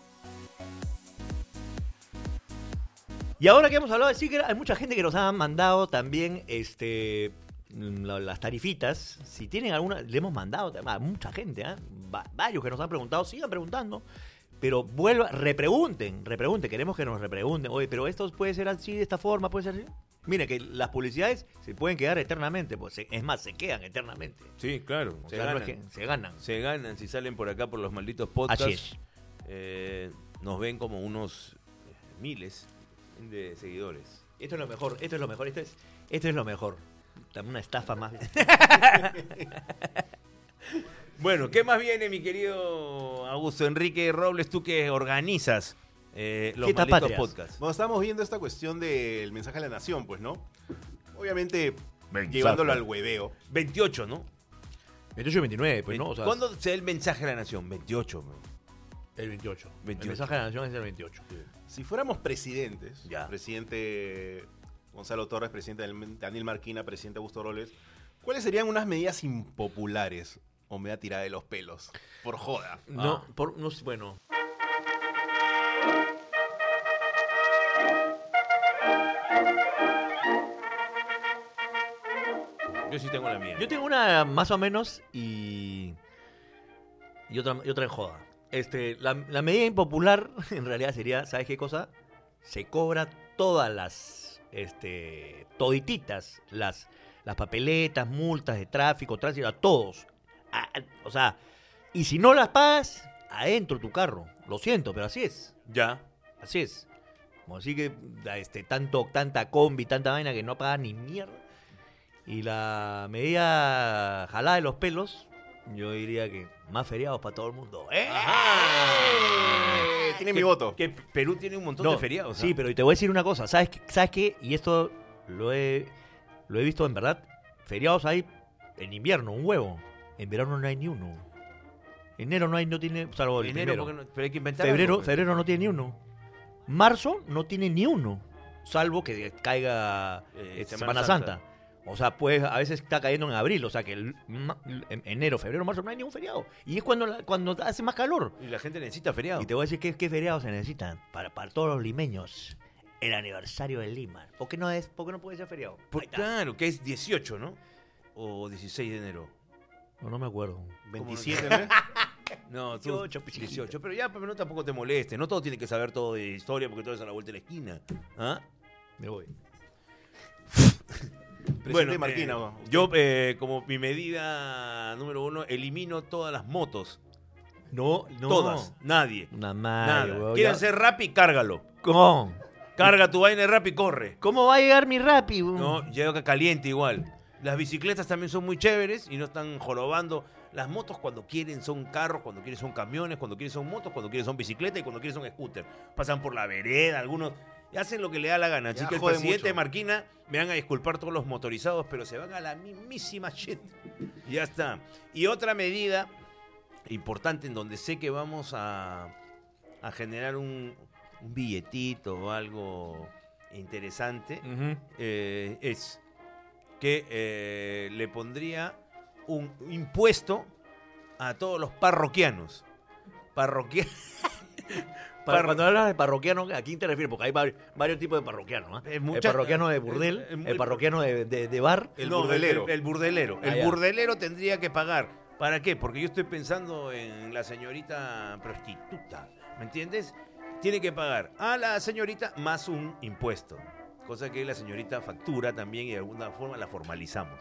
Speaker 1: Y ahora que hemos hablado de Seeker, hay mucha gente que nos ha mandado también este, mm, la- las tarifitas. Si tienen alguna, le hemos mandado tam- a mucha gente, ¿ah? Va- varios que nos han preguntado, sigan preguntando. Pero vuelva, repregunten, repregunten, queremos que nos repregunten. Oye, pero esto puede ser así, de esta forma, puede ser así. Mira, que las publicidades se pueden quedar eternamente, pues, se- es más, se quedan eternamente.
Speaker 2: Sí, claro.
Speaker 1: O
Speaker 2: Se
Speaker 1: sea, no
Speaker 2: ganan.
Speaker 1: es que- se ganan.
Speaker 2: Se ganan si salen por acá por los malditos podcasts.
Speaker 1: Así es.
Speaker 2: Eh, nos ven como unos eh, miles de seguidores.
Speaker 1: Esto es lo mejor, esto es lo mejor, esto es, esto es lo mejor. También una estafa más.
Speaker 2: Bueno, ¿qué más viene, mi querido Augusto Enrique Robles? Tú que organizas eh, los
Speaker 1: Fiestas
Speaker 2: malditos
Speaker 1: patrias.
Speaker 2: podcasts.
Speaker 3: Bueno, estamos viendo esta cuestión del mensaje a la nación, pues, ¿no? Obviamente, llevándolo al hueveo.
Speaker 2: 28, ¿no?
Speaker 1: 28 y 29, pues, ¿no? O sea,
Speaker 2: ¿Cuándo se da el mensaje a la nación? 28, bro.
Speaker 1: El 28.
Speaker 2: 28.
Speaker 1: El mensaje de la nación es el 28.
Speaker 3: Si fuéramos presidentes,
Speaker 2: Ya.
Speaker 3: presidente Gonzalo Torres, presidente Daniel- Daniel Marquina, presidente Augusto Robles, ¿cuáles serían unas medidas impopulares? O me voy a tirar de los pelos. Por joda.
Speaker 1: No,
Speaker 2: Ah.
Speaker 1: por, no, sé, bueno.
Speaker 2: Yo sí tengo la mía.
Speaker 1: Yo tengo una más o menos y. Y otra, y otra en joda. Este, la, la medida impopular en realidad sería, ¿sabes qué cosa? Se cobra todas las, este, todititas, las, las papeletas, multas de tráfico, tránsito, a todos. A- a- o sea, y si no las pagas, adentro tu carro. Lo siento, pero así es.
Speaker 2: Ya.
Speaker 1: Así es. Como así que da, este, tanto, tanta combi, tanta vaina que no paga ni mierda. Y la medida jalada de los pelos, yo diría que más feriados para todo el mundo. ¡Eh!
Speaker 2: Ah,
Speaker 3: Eh, Tiene mi voto.
Speaker 2: Que Perú tiene un montón
Speaker 1: No,
Speaker 2: de feriados.
Speaker 1: Sí,
Speaker 2: ¿ah?
Speaker 1: pero te voy a decir una cosa. ¿Sabes, qué- ¿Sabes qué? Y esto lo he, lo he visto en verdad. Feriados hay en invierno, un huevo. En verano no hay ni uno. Enero no hay, no tiene, salvo el
Speaker 2: Enero,
Speaker 1: primero.
Speaker 2: porque no- pero hay que inventar.
Speaker 1: Febrero,
Speaker 2: algo, pues.
Speaker 1: febrero no tiene ni uno. Marzo no tiene ni uno. Salvo que caiga
Speaker 2: Eh,
Speaker 1: eh,
Speaker 2: Semana
Speaker 1: Semana,
Speaker 2: Santa.
Speaker 1: Santa. O sea, pues a veces está cayendo en abril, o sea que el ma- en- enero, febrero, marzo no hay ningún feriado. Y es cuando, la- cuando hace más calor.
Speaker 2: Y la gente necesita feriado.
Speaker 1: Y te voy a decir qué, qué feriados se necesitan para, para todos los limeños. El aniversario de Lima. ¿Por qué no, es, por qué no puede ser feriado?
Speaker 2: Por-
Speaker 1: Ahí está.
Speaker 2: claro, que es 18, ¿no? O 16 de enero.
Speaker 1: No, no me acuerdo.
Speaker 3: 27, ¿no?
Speaker 2: No, tú,
Speaker 1: 18, pues, hijito.
Speaker 2: 18. Pero ya, pero no tampoco te moleste. No todo tiene que saber todo de historia porque todo es a la vuelta de la esquina. ¿Ah?
Speaker 1: Me voy.
Speaker 3: Presidente Marquina,
Speaker 2: eh,
Speaker 3: ¿no? Usted-
Speaker 2: yo eh, como mi medida número uno, elimino todas las motos.
Speaker 1: No, no.
Speaker 2: Todas. Nadie.
Speaker 1: Una madre,
Speaker 2: Nada.
Speaker 1: huevón,
Speaker 2: ¿Quieren
Speaker 1: ya-
Speaker 2: ser Rappi? Cárgalo.
Speaker 1: ¿Cómo?
Speaker 2: Carga tu vaina de Rappi y corre.
Speaker 1: ¿Cómo va a llegar mi Rappi? huevón?
Speaker 2: No, llega acá caliente igual. Las bicicletas también son muy chéveres y no están jorobando. Las motos cuando quieren son carros, cuando quieren son camiones, cuando quieren son motos, cuando quieren son bicicletas y cuando quieren son scooter. Pasan por la vereda, algunos y hacen lo que le da la gana. Así
Speaker 3: Ya,
Speaker 2: que el
Speaker 3: jode
Speaker 2: presidente
Speaker 3: mucho.
Speaker 2: de Marquina, me van a disculpar todos los motorizados, pero se van a la mismísima shit. Ya está. Y otra medida importante en donde sé que vamos a, a generar un, un billetito o algo interesante
Speaker 1: Ujú.
Speaker 2: eh, es que eh, le pondría un impuesto a todos los parroquianos. Parroquia-
Speaker 1: Pa-
Speaker 2: Parro-
Speaker 1: Cuando hablas de parroquiano, ¿a quién te refieres? Porque hay vari- varios tipos de parroquianos. ¿ah?
Speaker 2: Eh,
Speaker 1: el
Speaker 2: mucha-
Speaker 1: parroquiano de
Speaker 2: eh,
Speaker 1: burdel,
Speaker 2: eh,
Speaker 1: el,
Speaker 2: muy- Eh,
Speaker 1: parroquiano de, de- de bar.
Speaker 3: El
Speaker 2: No,
Speaker 3: burdelero.
Speaker 2: El, el burdelero. El
Speaker 1: Ah, ya.
Speaker 2: burdelero tendría que pagar. ¿Para qué? Porque yo estoy pensando en la señorita prostituta. ¿Me entiendes? Tiene que pagar a la señorita más un impuesto. Cosa que la señorita factura también y de alguna forma la formalizamos.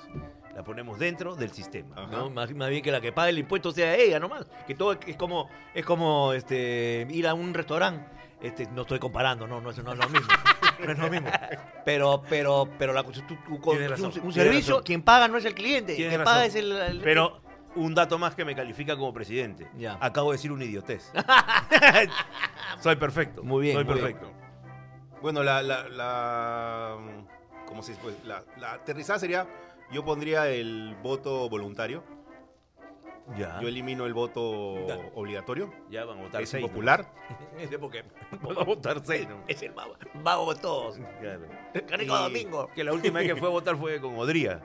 Speaker 2: La ponemos dentro del sistema.
Speaker 3: Ajá.
Speaker 1: ¿no? Más, más bien que la que pague el impuesto sea ella nomás. Que todo es- es como, es como este, ir a un restaurante. Este, no estoy comparando, no, no, eso no es lo mismo. No es lo mismo. Pero, pero, pero la, tú- tú- con-
Speaker 2: Tienes razón,
Speaker 1: un, un
Speaker 2: tienes
Speaker 1: servicio,
Speaker 2: razón.
Speaker 1: quien paga no es el cliente,
Speaker 2: Tienes
Speaker 1: quien
Speaker 2: razón.
Speaker 1: paga es el, el-
Speaker 2: Pero un dato más que me califica como presidente.
Speaker 1: Ya.
Speaker 2: Acabo de decir una idiotez. Soy perfecto.
Speaker 1: Muy bien,
Speaker 2: Soy
Speaker 1: muy bien.
Speaker 2: perfecto.
Speaker 3: Bueno, la, la, la ¿cómo se dice? Pues, la, la aterrizada sería, yo pondría el voto voluntario,
Speaker 1: Ah.
Speaker 2: Ya.
Speaker 3: yo elimino el voto obligatorio,
Speaker 2: Ya van a votar
Speaker 3: es
Speaker 2: seis, ¿no?
Speaker 3: popular,
Speaker 1: porque
Speaker 2: Van a votar seis, ¿no?
Speaker 1: es el vago, vago de todos.
Speaker 2: Claro.
Speaker 1: Canico
Speaker 2: Y-
Speaker 1: Domingo.
Speaker 2: Que la última vez que fue a votar fue con Odría.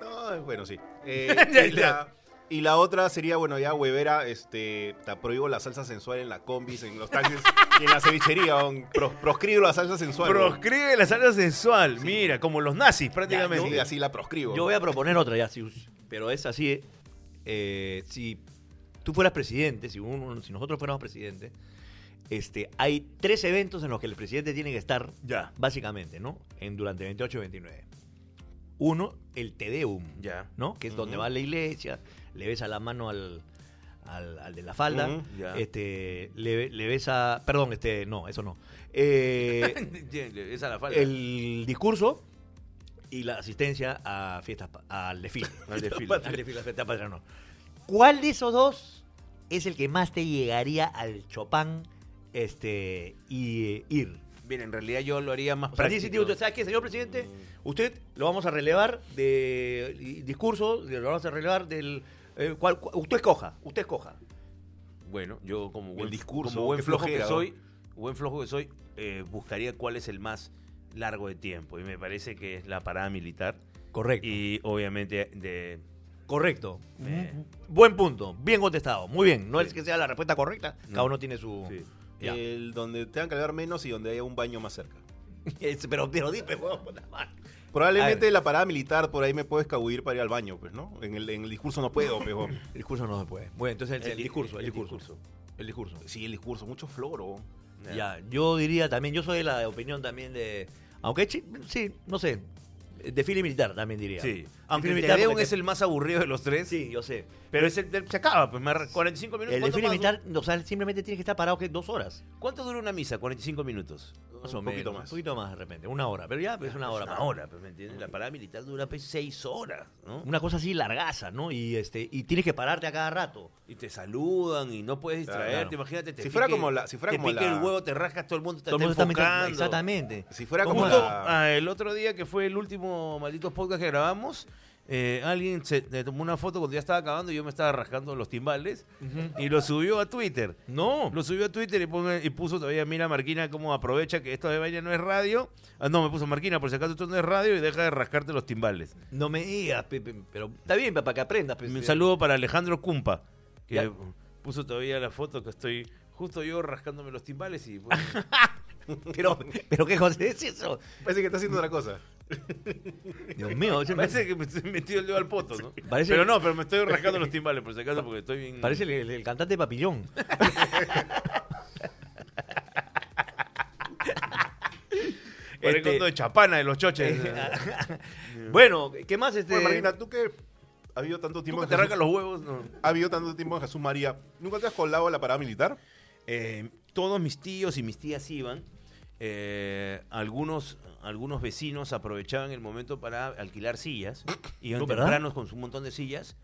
Speaker 3: no, es bueno, sí. Eh, y, la, y la otra sería, bueno, ya huevera, este, te prohíbo la salsa sensual en la combis, en los taxis y en la cevichería, un- pro- proscribo la salsa sensual. weón.
Speaker 2: Proscribe la salida sensual. Mira, como los nazis prácticamente.
Speaker 3: Sí, así la proscribo.
Speaker 1: Yo voy a proponer otra ya, si- pero es así. eh, si tú fueras presidente, si, uno- si nosotros fuéramos presidente, este, hay tres eventos en los que el presidente tiene que estar,
Speaker 2: Ya.
Speaker 1: básicamente, ¿no? En, durante 28 y 29. Uno, el Tedeum,
Speaker 2: Ya.
Speaker 1: ¿no? Que es donde
Speaker 3: Ujú.
Speaker 1: va la iglesia, le besa la mano al, al, al de la falda,
Speaker 3: Ujú,
Speaker 2: ya.
Speaker 1: este, le, le besa, perdón, este, no, eso no. Eh,
Speaker 2: Esa es la falta.
Speaker 1: el discurso y la asistencia a fiestas pa- al desfile.
Speaker 2: Al desfile.
Speaker 1: al desfile, a fiesta patria, no. ¿Cuál de esos dos es el que más te llegaría al Chopin este, y eh, ir?
Speaker 2: Mira, en realidad yo lo haría más
Speaker 1: O sea,
Speaker 2: práctico.
Speaker 1: dice, tío, usted, ¿sabe qué, señor presidente? Usted lo vamos a relevar de y- discurso, lo vamos a relevar del... eh, cual- cu- usted escoja, usted escoja.
Speaker 2: Bueno, yo como buen,
Speaker 3: discurso,
Speaker 2: como buen
Speaker 3: qué
Speaker 2: flojo que
Speaker 3: flojera,
Speaker 2: soy, buen flojo que soy, eh, buscaría cuál es el más largo de tiempo. Y me parece que es la parada militar.
Speaker 1: Correcto.
Speaker 2: Y obviamente de.
Speaker 1: Correcto.
Speaker 2: me-
Speaker 1: Buen punto, bien contestado, muy bien. No
Speaker 2: Sí.
Speaker 1: es que sea la respuesta correcta,
Speaker 2: No.
Speaker 1: cada uno tiene su...
Speaker 2: Sí.
Speaker 1: Ya.
Speaker 3: El donde tengan que hablar menos y donde haya un baño más cerca.
Speaker 1: Es- pero, pero dime, huevón, puta madre. A
Speaker 3: Probablemente
Speaker 1: ver.
Speaker 3: la parada militar por ahí me puedo escabullir para ir al baño, pues, ¿no? En el, en el discurso no puedo, pero
Speaker 1: El discurso no se puede. Bueno, entonces el,
Speaker 2: El
Speaker 1: el
Speaker 2: di-
Speaker 1: discurso, el,
Speaker 2: el
Speaker 1: discurso,
Speaker 2: discurso.
Speaker 1: El discurso.
Speaker 3: sí, el discurso, mucho floro.
Speaker 1: Ya, yo diría también, yo soy de la opinión también de. Aunque chi- sí, no sé. Desfile militar también diría.
Speaker 2: Sí.
Speaker 1: Desfile
Speaker 2: Aunque el
Speaker 1: militar
Speaker 2: Tedeum
Speaker 1: porque
Speaker 2: es el más aburrido de los
Speaker 1: te-
Speaker 2: tres.
Speaker 1: Sí, yo sé.
Speaker 2: Pero es el del- se acaba, pues más 45 minutos.
Speaker 1: El
Speaker 2: ¿cuánto
Speaker 1: desfile
Speaker 2: más dura?
Speaker 1: militar, o sea, simplemente tienes que estar parado que dos horas.
Speaker 2: ¿Cuánto dura una misa? 45 minutos.
Speaker 1: Más
Speaker 3: un
Speaker 1: o
Speaker 3: poquito
Speaker 1: menos,
Speaker 3: más.
Speaker 1: Un poquito más de repente, una hora. Pero ya es una hora.
Speaker 2: Una
Speaker 1: para-
Speaker 2: hora, pues, ¿me entiendes? La parada militar dura pues, seis horas, ¿no?
Speaker 1: Una cosa así largaza, ¿no? Y este y tienes que pararte a cada rato.
Speaker 2: Y te saludan y no puedes
Speaker 3: Claro,
Speaker 2: distraerte.
Speaker 1: claro.
Speaker 2: Imagínate, te
Speaker 3: Si fuera
Speaker 2: pique-
Speaker 3: como la- si fuera
Speaker 2: te
Speaker 3: como
Speaker 2: pique
Speaker 3: la-
Speaker 2: el huevo, te rascas, todo el mundo te
Speaker 1: Todo el mundo
Speaker 2: está
Speaker 1: está metiendo-
Speaker 2: enfocando. ah,
Speaker 1: Exactamente.
Speaker 3: Si fuera
Speaker 1: ¿Cómo
Speaker 3: como
Speaker 1: la-
Speaker 2: Justo ah, el otro día que fue el último maldito podcast que grabamos, eh, alguien se le tomó una foto cuando ya estaba acabando y yo me estaba rascando los timbales y lo subió a Twitter.
Speaker 1: No.
Speaker 2: Lo subió a Twitter y, pone- y puso todavía, mira Marquina cómo aprovecha que esto de vaina no es radio. Ah, no, me puso Marquina, por si acaso esto no es radio y deja de rascarte los timbales.
Speaker 1: No me digas, Pepe, pero está bien, para que aprendas. Pepe.
Speaker 2: Un saludo para Alejandro Cumpa, que
Speaker 1: Pues Ya.
Speaker 2: puso todavía la foto que estoy justo yo rascándome los timbales y... bueno,
Speaker 1: Pero, pero ¿qué José es eso?
Speaker 3: Parece que está haciendo otra cosa.
Speaker 1: Dios mío, se me-
Speaker 2: Parece que me estoy metido el dedo al poto, ¿no?
Speaker 1: Parece-
Speaker 2: Pero no, pero me estoy rascando los timbales, por si acaso, porque estoy bien...
Speaker 1: parece el, el- el cantante de Papillón.
Speaker 2: Parezco
Speaker 1: Este-
Speaker 2: todo de chapana de los choches.
Speaker 1: Bueno, ¿qué más? Este...
Speaker 3: Bueno, Marquina, tú que ha habido tanto
Speaker 2: ¿Tú
Speaker 3: tiempo
Speaker 2: que
Speaker 3: en
Speaker 2: te
Speaker 3: Jesús-
Speaker 2: arrancan los huevos? No.
Speaker 3: ha habido tanto tiempo en Jesús María, ¿nunca te has colado a la parada militar?
Speaker 2: Eh, todos mis tíos y mis tías iban. Eh, algunos, algunos vecinos aprovechaban el momento para alquilar sillas. Iban
Speaker 1: ¿No, verdad?
Speaker 2: tempranos con su montón de sillas.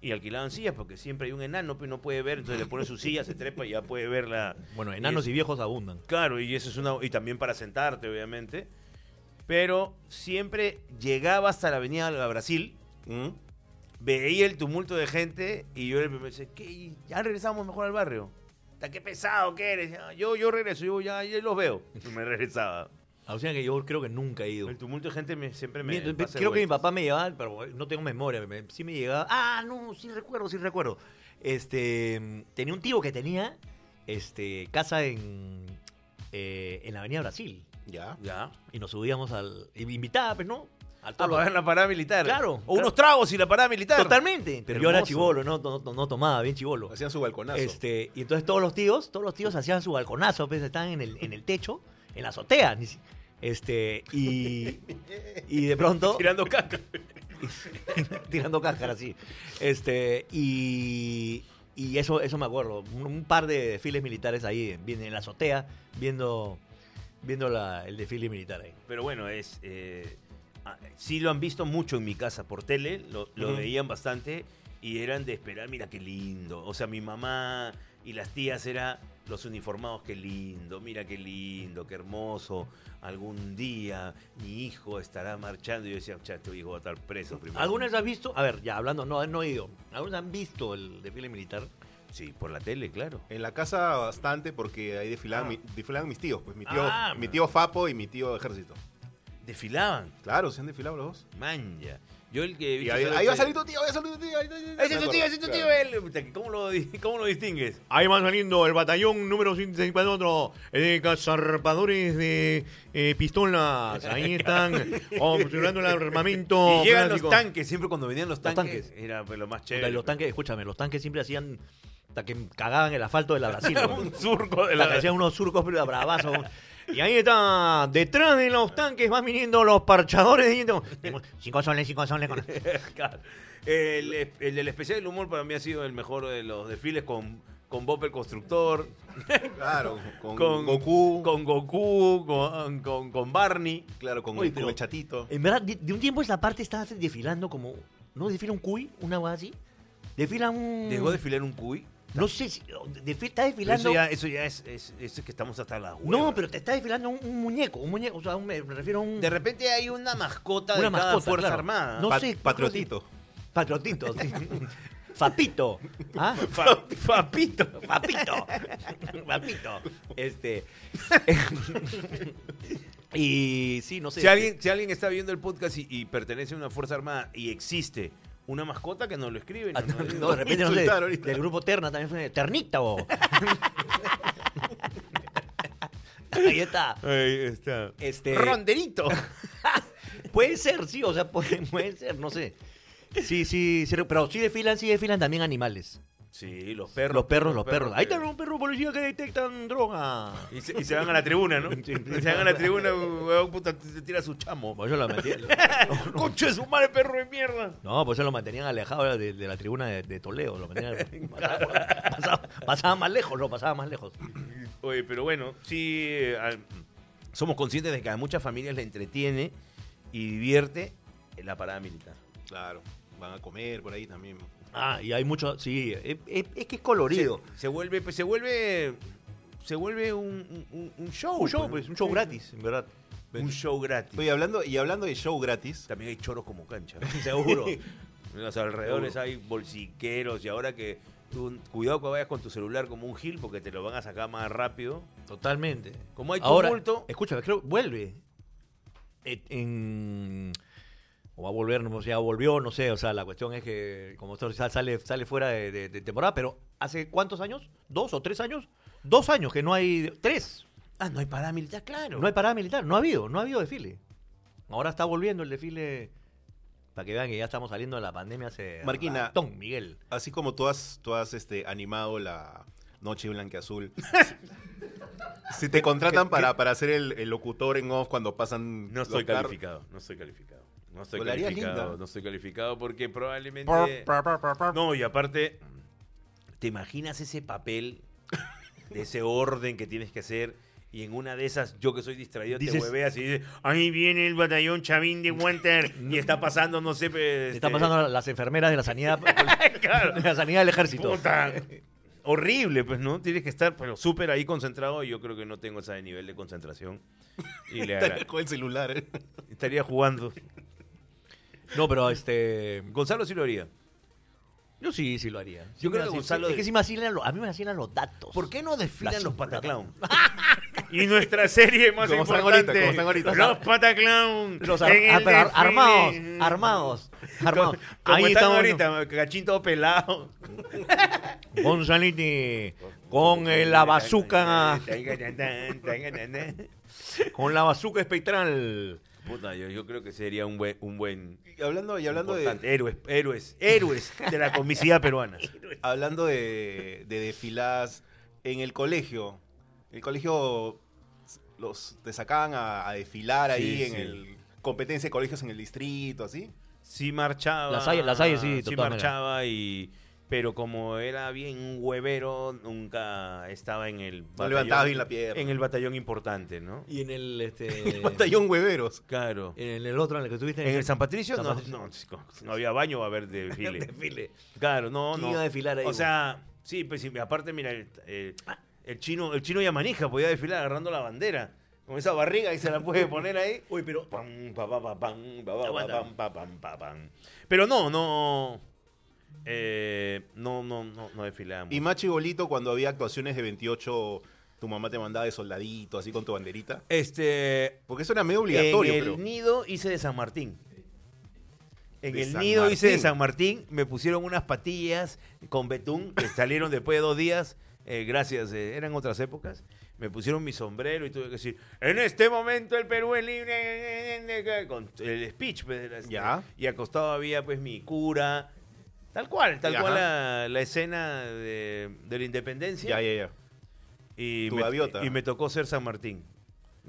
Speaker 2: Y alquilaban sillas porque siempre hay un enano que no puede ver. Entonces le pone su silla, se trepa y ya puede ver la...
Speaker 1: Bueno, enanos
Speaker 2: y
Speaker 1: y viejos abundan.
Speaker 2: Claro, y eso es una. Y también para sentarte, obviamente. Pero siempre llegaba hasta la avenida de Brasil, veía el tumulto de gente y yo el primero decía, ¿qué? Ya regresamos mejor al barrio. "Ta, qué pesado que eres. "Ah, Yo, yo regreso, yo ya, ya los veo. Y me regresaba.
Speaker 1: O sea que yo creo que nunca he ido.
Speaker 2: El tumulto de gente me- siempre me.
Speaker 1: Mi- pe-
Speaker 2: pasa
Speaker 1: creo que mi
Speaker 2: vueltas.
Speaker 1: papá me llevaba, pero no tengo memoria, me- sí me llegaba. Ah, no, sí recuerdo, sí recuerdo. Este, mm, tenía un tío que tenía este, casa en, eh, en la Avenida Brasil.
Speaker 3: Ya.
Speaker 2: Ya.
Speaker 1: Y nos subíamos al... y me Invitaba, pues, ¿no? Al
Speaker 2: Ah,
Speaker 1: tolo.
Speaker 2: para ver la parada militar.
Speaker 1: Claro,
Speaker 2: O unos
Speaker 1: claro.
Speaker 2: tragos y la parada militar.
Speaker 1: Totalmente. Pero yo era
Speaker 2: Hermoso.
Speaker 1: chivolo, no, no, no- no tomaba, bien chivolo.
Speaker 3: Hacían su balconazo.
Speaker 1: Este, y entonces todos los tíos, todos los tíos hacían su balconazo, pues estaban en el, en el techo, en la azotea. ni si- Este, y, y de pronto.
Speaker 2: Tirando caca.
Speaker 1: tirando cáscara, sí. Este, y, y eso, eso me acuerdo. Un, un par de desfiles militares ahí, bien en la azotea, viendo, viendo la- el desfile militar ahí.
Speaker 2: Pero bueno, es. eh, ah, sí lo han visto mucho en mi casa por tele, lo, lo
Speaker 3: Ujú.
Speaker 2: veían bastante y eran de esperar, mira qué lindo. O sea, mi mamá y las tías eran los uniformados, qué lindo, mira qué lindo, qué hermoso. Algún día mi hijo estará marchando y yo decía, "Cha, tu hijo va a estar preso primero.
Speaker 1: ¿Alguna vez has visto? A ver, ya hablando, no, no he ido. ¿Alguna vez han visto el desfile militar?
Speaker 2: Sí, por la tele, claro.
Speaker 3: En la casa bastante porque ahí desfilaban,
Speaker 2: Ah.
Speaker 3: mi- desfilaban mis tíos, pues mi tío,
Speaker 1: Ah,
Speaker 3: mi tío Fapo y mi tío Ejército.
Speaker 2: Desfilaban,
Speaker 3: Claro, se han desfilado los dos.
Speaker 2: manja. Yo el que... he
Speaker 3: Y
Speaker 2: visto
Speaker 3: ahí,
Speaker 2: solo
Speaker 3: ahí va a
Speaker 2: fue-
Speaker 3: salir tu tío, ahí va a salir tu tío. Ahí, ahí- ahí-
Speaker 2: Ahí está
Speaker 3: me
Speaker 2: tu
Speaker 3: acuerdo,
Speaker 2: tío, ahí está tu
Speaker 3: claro.
Speaker 2: tío, él. Puta, ¿Cómo lo, di- ¿Cómo lo distingues?
Speaker 1: Ahí más saliendo el batallón número 154 de cazarpadores de eh, pistolas. Ahí están observando el armamento.
Speaker 2: Y llegan los tanques, siempre cuando venían los
Speaker 1: Los
Speaker 2: tanques,
Speaker 1: tanques.
Speaker 2: era pues, lo más
Speaker 1: Puta,
Speaker 2: chévere.
Speaker 1: y los tanques, escúchame, los tanques siempre hacían hasta que cagaban el asfalto de la Brasil.
Speaker 2: Era
Speaker 1: ¿no?
Speaker 2: un surco de
Speaker 1: Hasta
Speaker 2: la
Speaker 1: que hacían unos surcos pero bravazos. Y ahí está, detrás de los tanques van viniendo los parchadores. diciendo, Cinco soles, cinco soles. con-".
Speaker 2: Claro. el, el del especial del humor para mí ha sido el mejor de los desfiles con, con Bob el Constructor,
Speaker 3: Claro, con,
Speaker 2: Con-
Speaker 3: Goku.
Speaker 2: con Goku, con, con, con Barney.
Speaker 3: claro, con,
Speaker 1: Oye,
Speaker 3: con
Speaker 1: pero-
Speaker 3: el chatito.
Speaker 1: En verdad, de, de un tiempo a esa parte estaba desfilando como... ¿No desfila un cuy? ¿Una hueá así? Desfila un...
Speaker 2: Dejó de desfilar un cuy.
Speaker 1: No sé si... oh, desfi- está
Speaker 2: Pero
Speaker 1: desfilando...
Speaker 2: Eso ya, eso ya es, es- eso es que estamos hasta la
Speaker 1: No, pero te está desfilando un, un muñeco. Un muñeco, o sea, un- me refiero a un...
Speaker 2: De repente hay una mascota
Speaker 1: Una
Speaker 2: de cada
Speaker 1: mascota,
Speaker 2: Fuerza
Speaker 1: claro.
Speaker 2: Armada.
Speaker 1: No
Speaker 3: Pa-
Speaker 1: sé,
Speaker 3: patriotito.
Speaker 1: Patrotito, sí. Fapito. ¿Ah?
Speaker 2: Fa- Fapito.
Speaker 1: Papito. Papito. Este. y sí, no sé.
Speaker 2: Si alguien, si alguien está viendo el podcast y, y pertenece a una Fuerza Armada y existe una mascota, que nos lo escriben.
Speaker 1: Ah,
Speaker 2: ¿no?
Speaker 1: no, no, de repente, no sé,
Speaker 3: Insultar ahorita.
Speaker 1: del grupo Terna también fue Ternita o. Ahí está.
Speaker 2: Ahí está.
Speaker 1: Este,
Speaker 2: Ronderito.
Speaker 1: puede ser, sí, o sea, puede, puede ser, no sé. Sí, sí, sí, pero sí desfilan, sí desfilan también animales.
Speaker 2: Sí, los perros.
Speaker 1: los perros, los perros. Ahí está
Speaker 2: que-
Speaker 1: un perro policía que detectan droga.
Speaker 2: Y se, y se van a la tribuna, ¿no?
Speaker 1: Sí.
Speaker 2: Y se van a la tribuna, huevón, puta, se tira su chamo.
Speaker 1: Pues yo lo metí-
Speaker 2: ¡Concha de su madre, perro de mierda!
Speaker 1: No, pues eso lo mantenían alejado de, de la tribuna de, de Toledo. Lo mantenían, pasaba, pasaba- pasaba más lejos, lo pasaba más lejos.
Speaker 2: Oye, pero bueno, sí, eh, al- somos conscientes de que a muchas familias le entretiene y divierte la parada militar.
Speaker 3: Claro, van a comer por ahí también.
Speaker 1: Ah, y hay mucho, sí, es, es- es que es colorido.
Speaker 2: Se, se vuelve, pues, se vuelve, se vuelve un, un- un show.
Speaker 1: Un show,
Speaker 2: pues,
Speaker 1: pues, un show
Speaker 2: Sí.
Speaker 1: gratis, en verdad.
Speaker 2: Un show gratis.
Speaker 3: Oye, hablando, y hablando de show gratis,
Speaker 2: También hay choros como cancha, seguro. en los alrededores hay bolsiqueros y ahora que tú, cuidado que vayas con tu celular como un gil porque te lo van a sacar más rápido.
Speaker 1: Totalmente.
Speaker 2: Como hay
Speaker 1: Ahora,
Speaker 2: tumulto,
Speaker 1: escúchame, creo vuelve. Et- En, o va a volver, no sé, ya volvió, no sé. O sea, la cuestión es que, como esto ya sale, sale fuera de, de- de temporada, pero ¿hace cuántos años? ¿Dos o tres años? Dos años que no hay. Tres.
Speaker 2: ah, no hay paramilitar, claro.
Speaker 1: No hay parada militar. No ha habido, no ha habido desfile. Ahora está volviendo el desfile. Para que vean que ya estamos saliendo de la pandemia hace.
Speaker 3: Marquina.
Speaker 1: ratón, Miguel.
Speaker 3: así como tú has, tú has este, animado la Noche Blanca Azul, si te contratan para, para ser el, el locutor en off cuando pasan.
Speaker 2: No
Speaker 3: los
Speaker 2: estoy
Speaker 3: car-
Speaker 2: calificado, no estoy calificado. No estoy
Speaker 3: Lo harías
Speaker 2: calificado,
Speaker 3: linda.
Speaker 2: no estoy calificado porque probablemente... No, y aparte, ¿te imaginas ese papel de ese orden que tienes que hacer? Y en una de esas, yo que soy distraído,
Speaker 1: Dices-
Speaker 2: te hueveas y dices, ahí viene el batallón Chavín de Winter y está pasando, no sé... pues, este,
Speaker 1: Te Están pasando las enfermeras de la sanidad. de la sanidad del ejército.
Speaker 2: Puta. Horrible, pues, ¿no? Tienes que estar, pero súper ahí concentrado. y Yo creo que no tengo ese nivel de concentración. Y le agra-
Speaker 3: Estaría Con el celular.
Speaker 2: estaría jugando.
Speaker 1: No, pero este.
Speaker 2: Gonzalo sí lo haría.
Speaker 1: Yo sí, sí lo haría.
Speaker 2: Yo creo que
Speaker 1: Sí,
Speaker 2: Gonzalo-
Speaker 1: Es que sí me vacilan lo- a mí me vacilan los datos.
Speaker 2: ¿Por qué no desfilan
Speaker 1: La
Speaker 2: los
Speaker 1: chimba.
Speaker 2: pataclown? y nuestra serie más
Speaker 3: Como están
Speaker 2: importante.
Speaker 3: ahorita, como están ahorita.
Speaker 2: Los pataclown.
Speaker 1: Los ar-
Speaker 2: en el
Speaker 1: ah, pero ar-
Speaker 2: desfile.
Speaker 1: armados, armados, armados.
Speaker 2: Como, como
Speaker 1: Ahí
Speaker 2: están
Speaker 1: estamos.
Speaker 2: ahorita, cachín todo pelado.
Speaker 1: Gonzalini con eh, la bazuca, con la bazuca espectral.
Speaker 2: Puta, yo, yo creo que sería un buen... Un buen
Speaker 3: Y hablando, y hablando de.
Speaker 2: importante. Héroes, héroes, héroes de la comicidad peruana.
Speaker 3: Hablando de, de desfiladas en el colegio. El colegio los te sacaban a, a desfilar ahí
Speaker 2: Sí,
Speaker 3: en
Speaker 2: sí.
Speaker 3: el competencia de colegios en el distrito, así.
Speaker 2: Sí marchaba.
Speaker 1: Las hay- las hay, sí, de
Speaker 2: Sí
Speaker 1: todas
Speaker 2: marchaba y... Pero como era bien un huevero, nunca estaba en el
Speaker 3: No levantabas bien la pierna.
Speaker 2: En el batallón importante, ¿no?
Speaker 1: Y en el este.
Speaker 3: Batallón hueveros.
Speaker 2: Claro.
Speaker 1: En el otro en el que estuviste.
Speaker 2: ¿En el San Patricio?
Speaker 1: San
Speaker 2: No,
Speaker 1: Patricio.
Speaker 2: no, chico, no había baño, va a haber desfile.
Speaker 1: desfile.
Speaker 2: Claro, no,
Speaker 1: ¿Quién
Speaker 2: no.
Speaker 1: iba a desfilar ahí, Ah.
Speaker 2: O
Speaker 1: güey?
Speaker 2: sea, sí, pues sí, aparte, mira, el, eh, el chino, el chino Yamanija podía desfilar agarrando la bandera. Con esa barriga que se la puede poner ahí.
Speaker 1: Uy, pero.
Speaker 2: Pam, pa, pa, pa, pam, pa, pa, pa,
Speaker 1: Aguanta.
Speaker 2: pam, pa, pam, pa, pam. Pero no, no. eh, no, no, no, no desfilamos.
Speaker 3: Y más chibolito cuando había actuaciones de 28, tu mamá te mandaba de soldadito, así con tu banderita.
Speaker 2: este.
Speaker 3: Porque eso era medio
Speaker 2: en
Speaker 3: obligatorio,
Speaker 2: el
Speaker 3: pero.
Speaker 2: nido hice de San Martín. En
Speaker 3: De
Speaker 2: el
Speaker 3: San
Speaker 2: nido hice de
Speaker 3: Martín.
Speaker 2: San Martín, me pusieron unas patillas con betún que salieron después de dos días. eh, gracias, eh, eran otras épocas. Me pusieron mi sombrero y tuve que decir: En este momento el Perú es libre. Con el speech. pues, era así.
Speaker 3: Ya.
Speaker 2: Y acostado había pues mi cura. Tal cual, tal
Speaker 3: Ajá.
Speaker 2: cual la, la escena de, de la independencia.
Speaker 3: Ya, ya, ya.
Speaker 2: Y,
Speaker 3: Tu
Speaker 2: me,
Speaker 3: gaviota.
Speaker 2: y me tocó ser San Martín.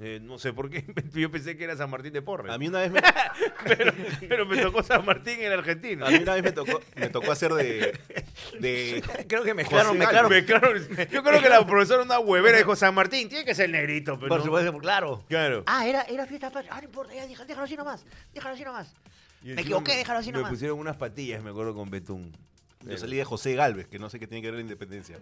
Speaker 2: Eh, no sé por qué, yo pensé que era San Martín de Porres.
Speaker 3: A mí una vez me,
Speaker 2: pero, pero me tocó San Martín en Argentina.
Speaker 3: a mí una vez me tocó, me tocó hacer de. de
Speaker 1: Creo que mezclaron,
Speaker 3: José
Speaker 1: mezclaron.
Speaker 2: Me claro- yo creo que la profesora una huevera dijo, San Martín, tiene que ser negrito. Pero
Speaker 1: Por
Speaker 2: no".
Speaker 1: supuesto, claro.
Speaker 2: Claro.
Speaker 4: Ah, era, era fiesta patria. Ah, no importa, ya, deja- déjalo así nomás. Déjalo así nomás.
Speaker 2: Y
Speaker 4: me
Speaker 2: encima
Speaker 4: equivoqué, déjalo así nomás.
Speaker 2: Me pusieron unas patillas, me acuerdo, con betún.
Speaker 3: Yo salí de José Galvez, que no sé qué tiene que ver la independencia.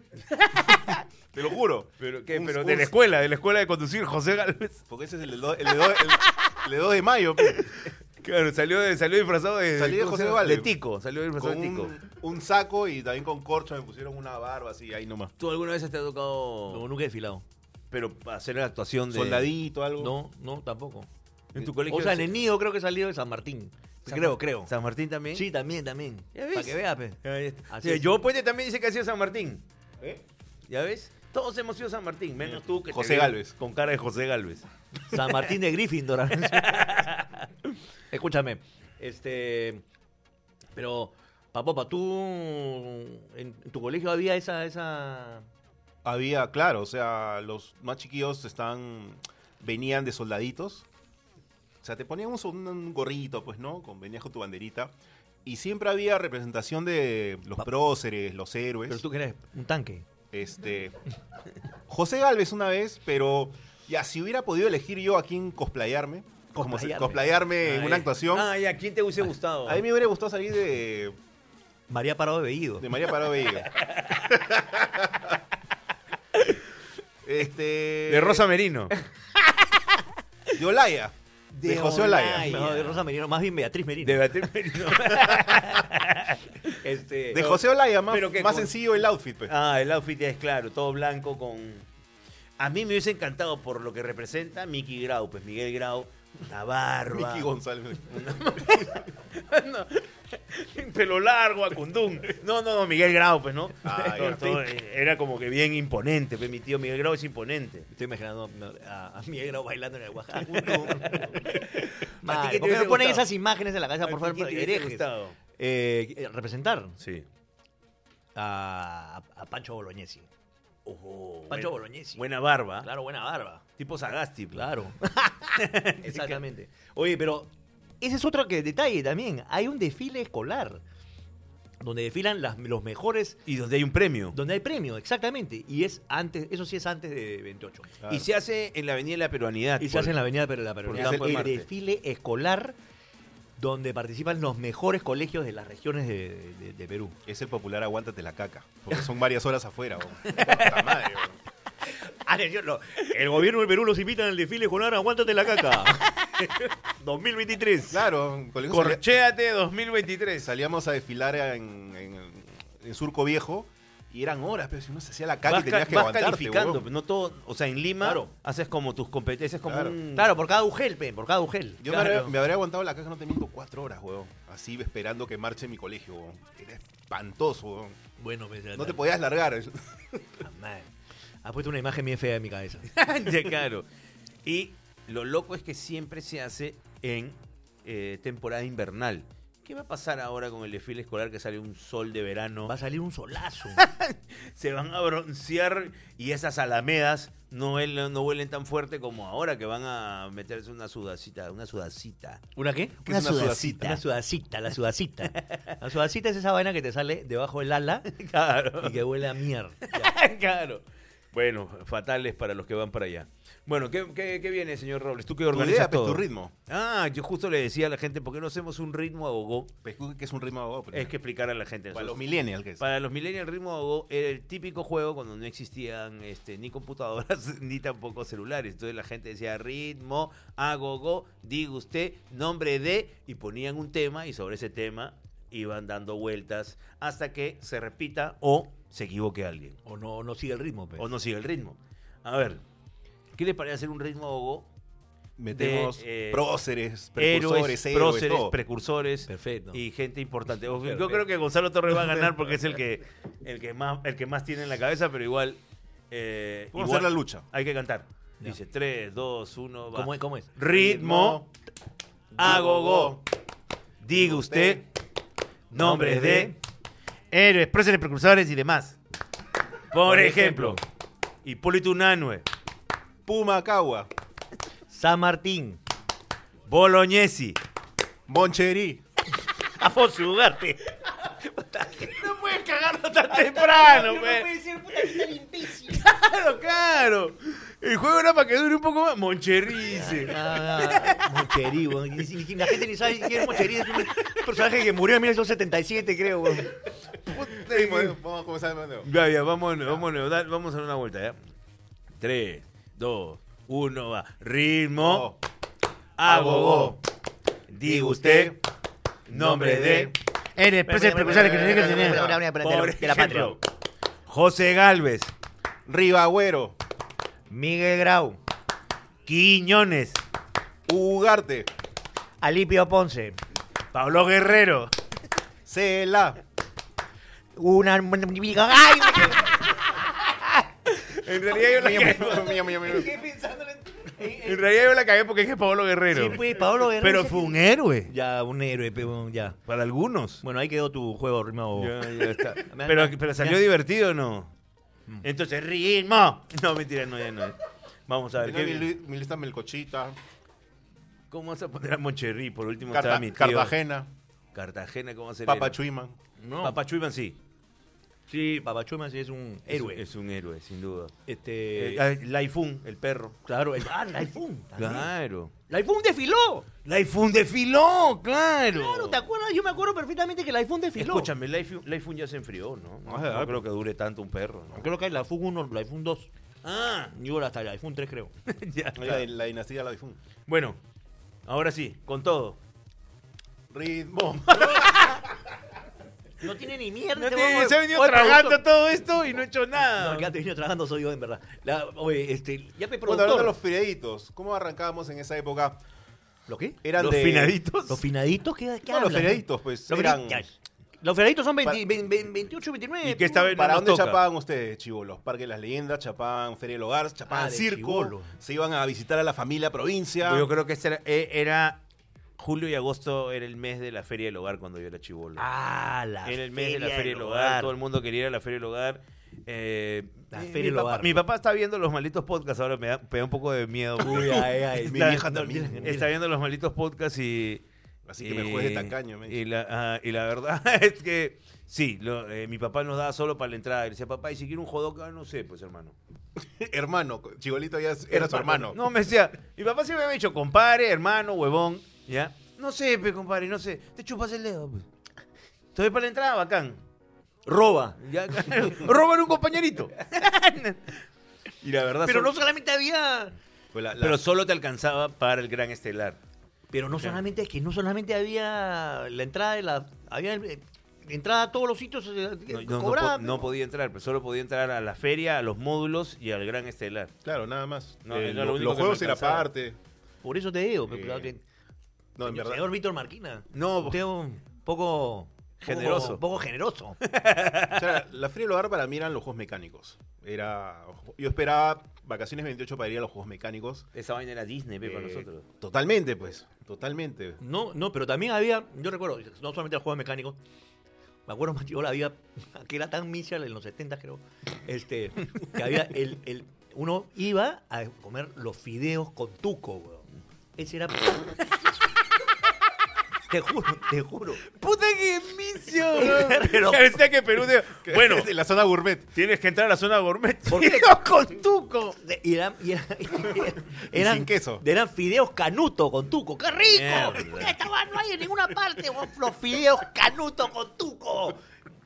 Speaker 3: Te lo juro.
Speaker 2: Pero, ¿qué?
Speaker 3: Un-
Speaker 2: pero
Speaker 3: un-
Speaker 2: de la escuela, de la escuela de conducir, José Galvez.
Speaker 3: Porque ese es el de do- el de do- el- el de 2 de mayo. pe.
Speaker 2: Claro, salió, de- salió disfrazado de...
Speaker 3: Salí de
Speaker 2: ¿cómo
Speaker 3: José
Speaker 2: se llama?
Speaker 3: Galvez.
Speaker 2: De Tico, salió disfrazado
Speaker 3: Con
Speaker 2: de Tico.
Speaker 3: un, un saco y también con corcho me pusieron una barba así, ahí nomás.
Speaker 2: ¿Tú alguna vez te ha tocado
Speaker 1: No, nunca he desfilado.
Speaker 2: pero hacer la actuación de...
Speaker 3: Soldadito, algo.
Speaker 1: No, no, tampoco.
Speaker 2: En tu colegio.
Speaker 1: O sea, en el nido creo que he salido de San Martín.
Speaker 2: San-
Speaker 1: creo, creo.
Speaker 2: San Martín también.
Speaker 1: Sí, también, también.
Speaker 2: ¿Ya ves?
Speaker 1: Para que veas, pe.
Speaker 2: Ahí está.
Speaker 1: Así
Speaker 2: Sí,
Speaker 1: es.
Speaker 2: Yo Este, Puente también dice que ha sido San Martín.
Speaker 3: ¿Eh?
Speaker 2: ¿Ya ves? Todos hemos sido San Martín, menos tú que te
Speaker 3: José
Speaker 2: vi
Speaker 3: Galvez.
Speaker 2: Con cara de José Galvez.
Speaker 1: San Martín de Gryffindor. Escúchame, este, pero Papopa, tú en tu colegio había esa, esa,
Speaker 3: Había, claro, o sea, los más chiquillos están, venían de soldaditos. O sea, te ponían un, sol- un gorrito, pues, ¿no? Con, venías con tu banderita. Y siempre había representación de los
Speaker 1: Pa-
Speaker 3: próceres, los héroes.
Speaker 1: pero tú que eres un tanque.
Speaker 3: Este. José Galvez una vez, pero ya si hubiera podido elegir yo a quién cosplayarme, como se-
Speaker 1: Cosplayarme.
Speaker 3: cosplayarme en
Speaker 2: Ay.
Speaker 3: una actuación,
Speaker 2: Ah, ¿y a quién te hubiese gustado?
Speaker 3: a mí me hubiera gustado salir de,
Speaker 1: María Parado de Bellido.
Speaker 3: de María Parado Veiga. este.
Speaker 2: Eh, De Rosa Merino.
Speaker 3: de Olaya. De, José Olaya.
Speaker 1: No, de Rosa Merino, más bien Beatriz Merino.
Speaker 2: De Beatriz Merino.
Speaker 1: Este,
Speaker 3: De José Olaya, más,
Speaker 2: Pero que
Speaker 3: más
Speaker 2: con-
Speaker 3: sencillo el outfit. pues.
Speaker 2: Ah, el outfit ya es claro, todo blanco con... A mí me hubiese encantado por lo que representa Mickey Grau, pues Miguel Grau, una barba.
Speaker 3: Miki González.
Speaker 2: no. Pelo largo, acundum. No, no, no, Miguel Grau, pues, ¿no?
Speaker 3: Ah,
Speaker 2: Todo-
Speaker 3: ya.
Speaker 2: todo era como que bien imponente, pues mi tío Miguel Grau es imponente.
Speaker 1: Estoy imaginando no, a, a Miguel Grau bailando en el Oaxaca.
Speaker 2: ¿A ti
Speaker 1: Madre,
Speaker 2: qué te
Speaker 1: ¿Por qué me
Speaker 2: hubiese
Speaker 1: ponen
Speaker 2: gustado?
Speaker 1: esas imágenes en la cabeza, por favor?
Speaker 2: ¿Quién te hubiese
Speaker 1: herejes?
Speaker 2: gustado?
Speaker 1: Eh, eh, representar
Speaker 2: Sí.
Speaker 1: a, a Pancho Bolognesi.
Speaker 2: Ojo,
Speaker 1: Pancho
Speaker 2: buena-
Speaker 1: Bolognesi.
Speaker 2: Buena barba.
Speaker 1: Claro, buena barba.
Speaker 2: Tipo Sagasti. pues.
Speaker 1: Claro. Exactamente. Oye, pero ese es otro que, detalle también. Hay un desfile escolar donde desfilan las- los mejores,
Speaker 2: Y donde hay un premio.
Speaker 1: donde hay premio, exactamente. Y es antes, eso sí es antes de 28.
Speaker 3: Claro.
Speaker 2: Y se hace en la Avenida de la Peruanidad.
Speaker 1: Y se
Speaker 2: por-
Speaker 1: hace en la Avenida Perú, la Perú.
Speaker 2: por
Speaker 1: El,
Speaker 2: Campo de Marte.
Speaker 1: desfile escolar donde participan los mejores colegios de las regiones de, de- de Perú.
Speaker 3: Es el popular aguántate la caca. Porque son varias horas afuera. bo. Puta madre, bo.
Speaker 1: Ah, el gobierno del Perú los invita al desfile escolar, aguántate la caca. 2023.
Speaker 3: Claro,
Speaker 2: pues.
Speaker 3: colegio salía-
Speaker 2: Corchéate 2023.
Speaker 3: salíamos a desfilar en, en- en Surco Viejo y eran horas, pero si uno se hacía la caca
Speaker 2: Vas,
Speaker 3: y
Speaker 2: ca-
Speaker 3: tenías que
Speaker 2: vas
Speaker 3: aguantarte.
Speaker 2: calificando,
Speaker 3: huevón.
Speaker 2: no todo, o sea, en Lima
Speaker 1: Claro.
Speaker 2: haces como tus competencias como
Speaker 3: Claro.
Speaker 2: un
Speaker 1: Claro, por cada UGEL, pe, por cada UGEL.
Speaker 3: Yo me,
Speaker 1: Claro.
Speaker 3: habría, me habría aguantado la caca, no te miento, cuatro horas, weón. Así esperando que marche mi colegio, weón. Era espantoso, weón.
Speaker 1: Bueno, pues,
Speaker 3: No te podías largar.
Speaker 1: Ah, man. Ha puesto una imagen bien fea en mi cabeza.
Speaker 2: Ya, claro. Y lo loco es que siempre se hace en eh, temporada invernal. ¿Qué va a pasar ahora con el desfile escolar que sale un sol de verano?
Speaker 1: Va a salir un solazo.
Speaker 2: Se van a broncear y esas alamedas no, huel- no huelen tan fuerte como ahora que van a meterse una sudacita, una sudacita.
Speaker 1: ¿Una qué?
Speaker 3: ¿Qué es una sudacita?
Speaker 1: Una sudacita, la sudacita. La sudacita es esa vaina que te sale debajo del ala
Speaker 2: Claro.
Speaker 1: y que huele a mierda.
Speaker 2: claro. Bueno, fatales para los que van para allá. Bueno, ¿qué, qué- qué viene, señor Robles? ¿Tú qué
Speaker 3: Tu
Speaker 2: organizas
Speaker 3: idea, pues, tu
Speaker 2: todo?
Speaker 3: ritmo.
Speaker 2: Ah, yo justo le decía a la gente, ¿por qué no hacemos un ritmo a gogo?
Speaker 3: Pues, que es un ritmo abogado, pero-
Speaker 2: Es que explicar a la gente.
Speaker 3: para los
Speaker 2: Nosotros-
Speaker 3: millennials que es.
Speaker 2: Para los millennials, el ritmo a gogo era el típico juego cuando no existían este, ni computadoras ni tampoco celulares. Entonces la gente decía ritmo a gogo, diga usted, nombre de, y ponían un tema y sobre ese tema iban dando vueltas hasta que se repita o se equivoque alguien
Speaker 1: O no, no sigue el ritmo,
Speaker 3: Pues.
Speaker 1: pe.
Speaker 2: o no sigue el ritmo. A ver, ¿qué les parece hacer un ritmo a gogo?
Speaker 3: Metemos
Speaker 2: de, eh,
Speaker 3: próceres,
Speaker 2: Héroes,
Speaker 3: precursores, héroes,
Speaker 2: próceres,
Speaker 3: todo.
Speaker 2: precursores.
Speaker 1: Perfecto.
Speaker 2: y gente importante. O- Yo
Speaker 1: Perfecto.
Speaker 2: creo que Gonzalo Torres va a ganar porque es el que, el que más, el que más tiene en la cabeza, pero igual, eh,
Speaker 3: Vamos a
Speaker 2: igual
Speaker 3: hacer la lucha.
Speaker 2: hay que cantar.
Speaker 1: Ya.
Speaker 2: Dice 3, 2, 1, va.
Speaker 1: ¿Cómo es? ¿Cómo es?
Speaker 2: Ritmo, a go go. Diga usted, nombres de héroes, próceres, precursores y demás. Por ejemplo, Hipólito Unanue,
Speaker 3: Pumacagua,
Speaker 1: San Martín.
Speaker 2: Bolognesi.
Speaker 3: Moncherí.
Speaker 1: Afonso Ugarte.
Speaker 2: No puedes cagarlo tan temprano, pues.
Speaker 4: ser puta que está limpísimo.
Speaker 2: Claro, claro. El juego era para que dure un poco más. Moncherrice.
Speaker 1: Ah, Mocherí, weón. Y- y- y La gente ni sabe quién es Mocherí. Es un personaje que murió en 1977, creo, weón.
Speaker 3: Puta, y bueno, eh, Vamos a comenzar de nuevo.
Speaker 2: Ya, ya, vámonos, vámonos. da- vamos a dar una vuelta, ¿ya? Tres, dos, uno, va. Ritmo. Oh, A gogo. Diga usted. Nombre de. Eres
Speaker 1: Espera, espera, espera, espera, espera, espera, espera,
Speaker 2: Por
Speaker 1: de la- de la patria.
Speaker 2: ejemplo, José Galvez.
Speaker 3: Ribagüero,
Speaker 1: Miguel Grau.
Speaker 2: Quiñones.
Speaker 3: Ugarte,
Speaker 1: Alipio Ponce.
Speaker 2: Pablo Guerrero.
Speaker 3: Cela,
Speaker 1: Una. ¡Ay!
Speaker 2: En realidad yo la cagué. En realidad yo la cagué porque dije Pablo Guerrero.
Speaker 1: Sí, pues, Paolo Guerrero.
Speaker 2: Pero fue un héroe.
Speaker 1: Ya, un héroe, pe, weón, ya.
Speaker 2: Para algunos.
Speaker 1: Bueno, ahí quedó tu juego rimado.
Speaker 2: Ya, ya está.
Speaker 1: Me-
Speaker 2: pero,
Speaker 1: me-
Speaker 2: pero salió
Speaker 1: ya.
Speaker 2: divertido o no. Entonces, ritmo. No, mentira, no, ya no. es. Vamos a ver. ¿qué,
Speaker 3: mi, li- mi lista melcochita,
Speaker 2: ¿Cómo vas a poner a Moncherry? Por último,
Speaker 3: Carta-
Speaker 2: estaba mi tío.
Speaker 3: Cartagena,
Speaker 2: Cartagena, ¿cómo se
Speaker 3: Papachuiman.
Speaker 1: No.
Speaker 2: Papachuiman, sí.
Speaker 1: sí, Papachuma sí es un héroe.
Speaker 2: Es, es un héroe, sin duda.
Speaker 1: Este.
Speaker 2: Eh, ah, Laifun, el perro.
Speaker 1: claro, el. Ah, Laifun. también.
Speaker 2: Claro.
Speaker 1: Laifun desfiló.
Speaker 2: Laifun desfiló, claro.
Speaker 1: Claro, ¿te acuerdas? Yo me acuerdo perfectamente que Laifun desfiló.
Speaker 2: Escúchame, Laifun, Laifun ya se enfrió, ¿no? No,
Speaker 3: Ah,
Speaker 2: no creo que dure tanto un perro. ¿no?
Speaker 1: Creo que hay Laifun 1, Laifun 2.
Speaker 2: Ah,
Speaker 1: Yo hasta el iPhone 3 creo.
Speaker 2: ya.
Speaker 3: La, la dinastía de la difunta.
Speaker 2: Bueno, ahora sí, con todo.
Speaker 3: Ritmo.
Speaker 1: No tiene ni mierda.
Speaker 2: No
Speaker 1: este
Speaker 2: tiene-
Speaker 1: huevón.
Speaker 2: se ha venido
Speaker 1: Oye,
Speaker 2: tragando
Speaker 1: productor.
Speaker 2: todo esto y no he hecho nada.
Speaker 1: No, que ha venido tragando soy yo, en verdad. La- oye, este, ya me
Speaker 3: Bueno, hablando de
Speaker 1: productor.
Speaker 3: los fideitos, ¿cómo arrancábamos en esa época?
Speaker 1: ¿Lo qué?
Speaker 3: Eran
Speaker 2: Los
Speaker 3: de...
Speaker 2: finaditos.
Speaker 1: ¿Los finaditos? ¿Qué, qué
Speaker 3: No, los
Speaker 1: hablas?
Speaker 3: fideitos, pues.
Speaker 1: Los
Speaker 3: eran...
Speaker 1: finaditos. Los finaditos son 20
Speaker 3: Pa-
Speaker 1: 20 28, 29.
Speaker 2: Y que esta vez-
Speaker 3: ¿Para
Speaker 2: nos
Speaker 3: dónde
Speaker 2: toca.
Speaker 3: chapaban ustedes, chivolos? Parque de las Leyendas, chapaban Feria del Hogar, chapaban
Speaker 1: Ah, de
Speaker 3: Circo.
Speaker 1: chibolo.
Speaker 3: Se iban a visitar a la familia provincia.
Speaker 2: Yo creo que este era, eh, era- julio y agosto era el mes de la feria del hogar cuando yo era chivolo.
Speaker 1: Ah, la
Speaker 2: era el mes de la
Speaker 1: Feria
Speaker 2: feria del hogar. Todo el mundo quería ir a la feria del hogar. Eh,
Speaker 1: La
Speaker 2: mi-
Speaker 1: Feria
Speaker 2: mi,
Speaker 1: del
Speaker 2: papá,
Speaker 1: Hogar.
Speaker 2: mi papá está viendo los malditos podcasts ahora, me da, me da un poco de miedo.
Speaker 1: Uy, ay, ay.
Speaker 3: Mi
Speaker 1: Está-
Speaker 3: vieja también.
Speaker 2: Está viendo los malditos podcasts y...
Speaker 3: Así que me
Speaker 2: y-
Speaker 3: juegues de tacaño, men.
Speaker 2: y la, ajá, y la verdad es que sí, lo- eh, mi papá nos daba solo para la entrada. Y decía, papá, ¿y si quiero un jodoca? No sé, pues hermano.
Speaker 3: Hermano, chivolito ya es- era su hermano.
Speaker 2: No, me decía, mi papá siempre me había dicho, compadre, hermano, huevón, ¿ya? No sé, pues, compadre, no sé. Te chupas el dedo, pues. Te doy para la entrada, bacán.
Speaker 1: Roba.
Speaker 2: Ya, claro. Roban un compañerito. y la verdad,
Speaker 1: Pero
Speaker 2: solo-
Speaker 1: no solamente había...
Speaker 3: Pues la- la-
Speaker 2: pero solo te alcanzaba para el gran estelar.
Speaker 1: Pero no solamente, es que no solamente había la entrada de la... Había eh, entrada a todos los sitios eh,
Speaker 2: No,
Speaker 1: eh,
Speaker 2: no- no po-
Speaker 1: cobrada.
Speaker 2: no podía entrar, pero solo podía entrar a la feria, a los módulos y al gran estelar.
Speaker 3: Claro, nada más.
Speaker 2: No,
Speaker 3: Eh,
Speaker 2: era lo
Speaker 3: lo-
Speaker 2: único
Speaker 3: los
Speaker 2: que me
Speaker 3: juegos era
Speaker 2: alcanzaba.
Speaker 3: parte.
Speaker 1: Por eso te digo.
Speaker 3: Eh,
Speaker 1: claro que-
Speaker 3: No, en
Speaker 1: Señor-
Speaker 3: verdad.
Speaker 1: Señor Víctor Marquina.
Speaker 2: No,
Speaker 1: Usted es un poco...
Speaker 2: Generoso.
Speaker 1: Poco, poco generoso.
Speaker 3: O sea, la Feria del Hogar para mí eran los juegos mecánicos. Era, yo esperaba vacaciones 28 para ir a los juegos mecánicos.
Speaker 2: Esa vaina era Disney, ve, para
Speaker 3: Eh,
Speaker 2: nosotros.
Speaker 3: Totalmente, pues. Totalmente.
Speaker 1: No, no, pero también había, yo recuerdo, no solamente los juegos mecánicos, me acuerdo más, yo la había, que era tan miserable en los 70 creo, este, que había el, el, uno iba a comer los fideos con tuco, weón. Ese era... te juro, te juro.
Speaker 2: ¡Puta que vicio!
Speaker 1: Pero-
Speaker 2: Parecía que Perú de- Bueno,
Speaker 3: de la zona gourmet.
Speaker 2: tienes que entrar a la zona gourmet.
Speaker 1: ¿Por qué?
Speaker 2: con tuco!
Speaker 1: Y eran, y eran,
Speaker 3: Y
Speaker 1: eran-
Speaker 3: sin queso.
Speaker 1: Eran fideos canuto con tuco. ¡Qué rico!
Speaker 2: Mierda.
Speaker 1: Esta hueá no hay en ninguna parte. hueón, Los fideos canuto con tuco.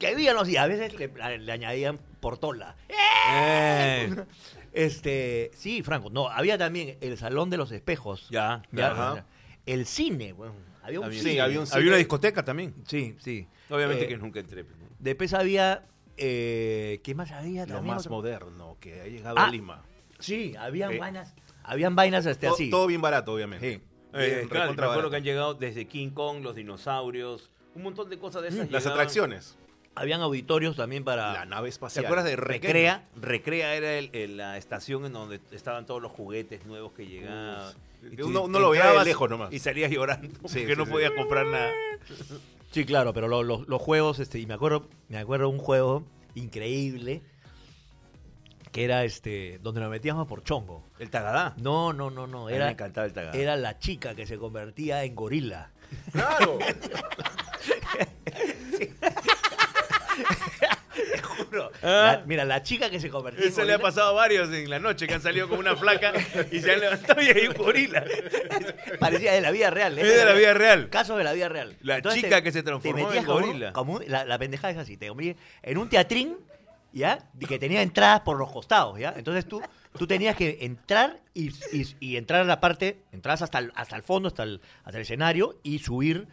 Speaker 1: Que vivían los días. A veces le, le añadían portola. ¡Eh!
Speaker 3: Eh.
Speaker 1: Este, sí, Franco. No, había también el Salón de los Espejos.
Speaker 2: Ya,
Speaker 1: Ya,
Speaker 3: Ajá.
Speaker 1: o sea, El cine, hueón. Había un
Speaker 3: Había-
Speaker 1: cine.
Speaker 3: sí, había un-
Speaker 2: Había una discoteca también.
Speaker 1: Sí, sí.
Speaker 2: Obviamente
Speaker 1: Eh,
Speaker 2: que nunca entré. pues, ¿no?
Speaker 1: Después había... Eh, ¿Qué más había?
Speaker 3: Lo
Speaker 1: También
Speaker 3: más
Speaker 1: otra-
Speaker 3: moderno que ha llegado
Speaker 1: Ah.
Speaker 3: a Lima.
Speaker 1: Sí, habían
Speaker 3: Eh,
Speaker 1: vainas... Habían vainas este,
Speaker 3: To-
Speaker 1: así.
Speaker 3: Todo bien barato, obviamente.
Speaker 1: Sí.
Speaker 2: Eh,
Speaker 3: Bien,
Speaker 2: claro, me
Speaker 3: recontra
Speaker 2: acuerdo
Speaker 3: barato.
Speaker 2: que han llegado desde King Kong, los dinosaurios, un montón de cosas de esas.
Speaker 3: Las
Speaker 2: llegaban.
Speaker 3: atracciones.
Speaker 1: Habían auditorios también para...
Speaker 3: La nave
Speaker 2: Ah. ¿Te
Speaker 3: espacial.
Speaker 2: acuerdas de
Speaker 1: Pequeño.
Speaker 2: Recrea? Recrea era el- el- la estación en donde estaban todos los juguetes nuevos que llegaban.
Speaker 3: Uf.
Speaker 2: Y
Speaker 3: Que
Speaker 2: tú
Speaker 3: uno- uno lo veía de
Speaker 2: entrabas
Speaker 3: lejos nomás.
Speaker 2: Y salías llorando
Speaker 3: Sí,
Speaker 2: porque
Speaker 3: sí,
Speaker 2: no
Speaker 3: sí.
Speaker 2: podías comprar nada.
Speaker 1: Sí, claro, pero lo- lo- los juegos, este, y me acuerdo, me acuerdo un juego increíble que era este, donde nos metíamos por chongo.
Speaker 2: El tagadá.
Speaker 1: No, no, no, no.
Speaker 2: A mí
Speaker 1: Era,
Speaker 2: me encantaba el tagadá.
Speaker 1: era la chica que se convertía en gorila.
Speaker 3: Claro.
Speaker 1: Te juro.
Speaker 2: ¿Ah?
Speaker 1: La- mira, la chica que se convertía
Speaker 2: Eso
Speaker 1: en
Speaker 2: le ha
Speaker 1: gorila.
Speaker 2: pasado a varios en la noche que han salido con una flaca y se han levantado y hay un gorila.
Speaker 1: Parecía de la vida real. ¿eh?
Speaker 2: Es de la vida real.
Speaker 1: Caso de la vida real.
Speaker 2: La chica que se transformó
Speaker 1: te metías
Speaker 2: en
Speaker 1: como-
Speaker 2: gorila.
Speaker 1: Como, un- la, la pendejada es así, te convertías en un teatrín, ¿ya? Y Que tenía entradas por los costados, ¿ya? Entonces tú, tú tenías que entrar y, y- y entrar a la parte, entrabas hasta el, hasta el fondo, hasta el, hasta el escenario y subir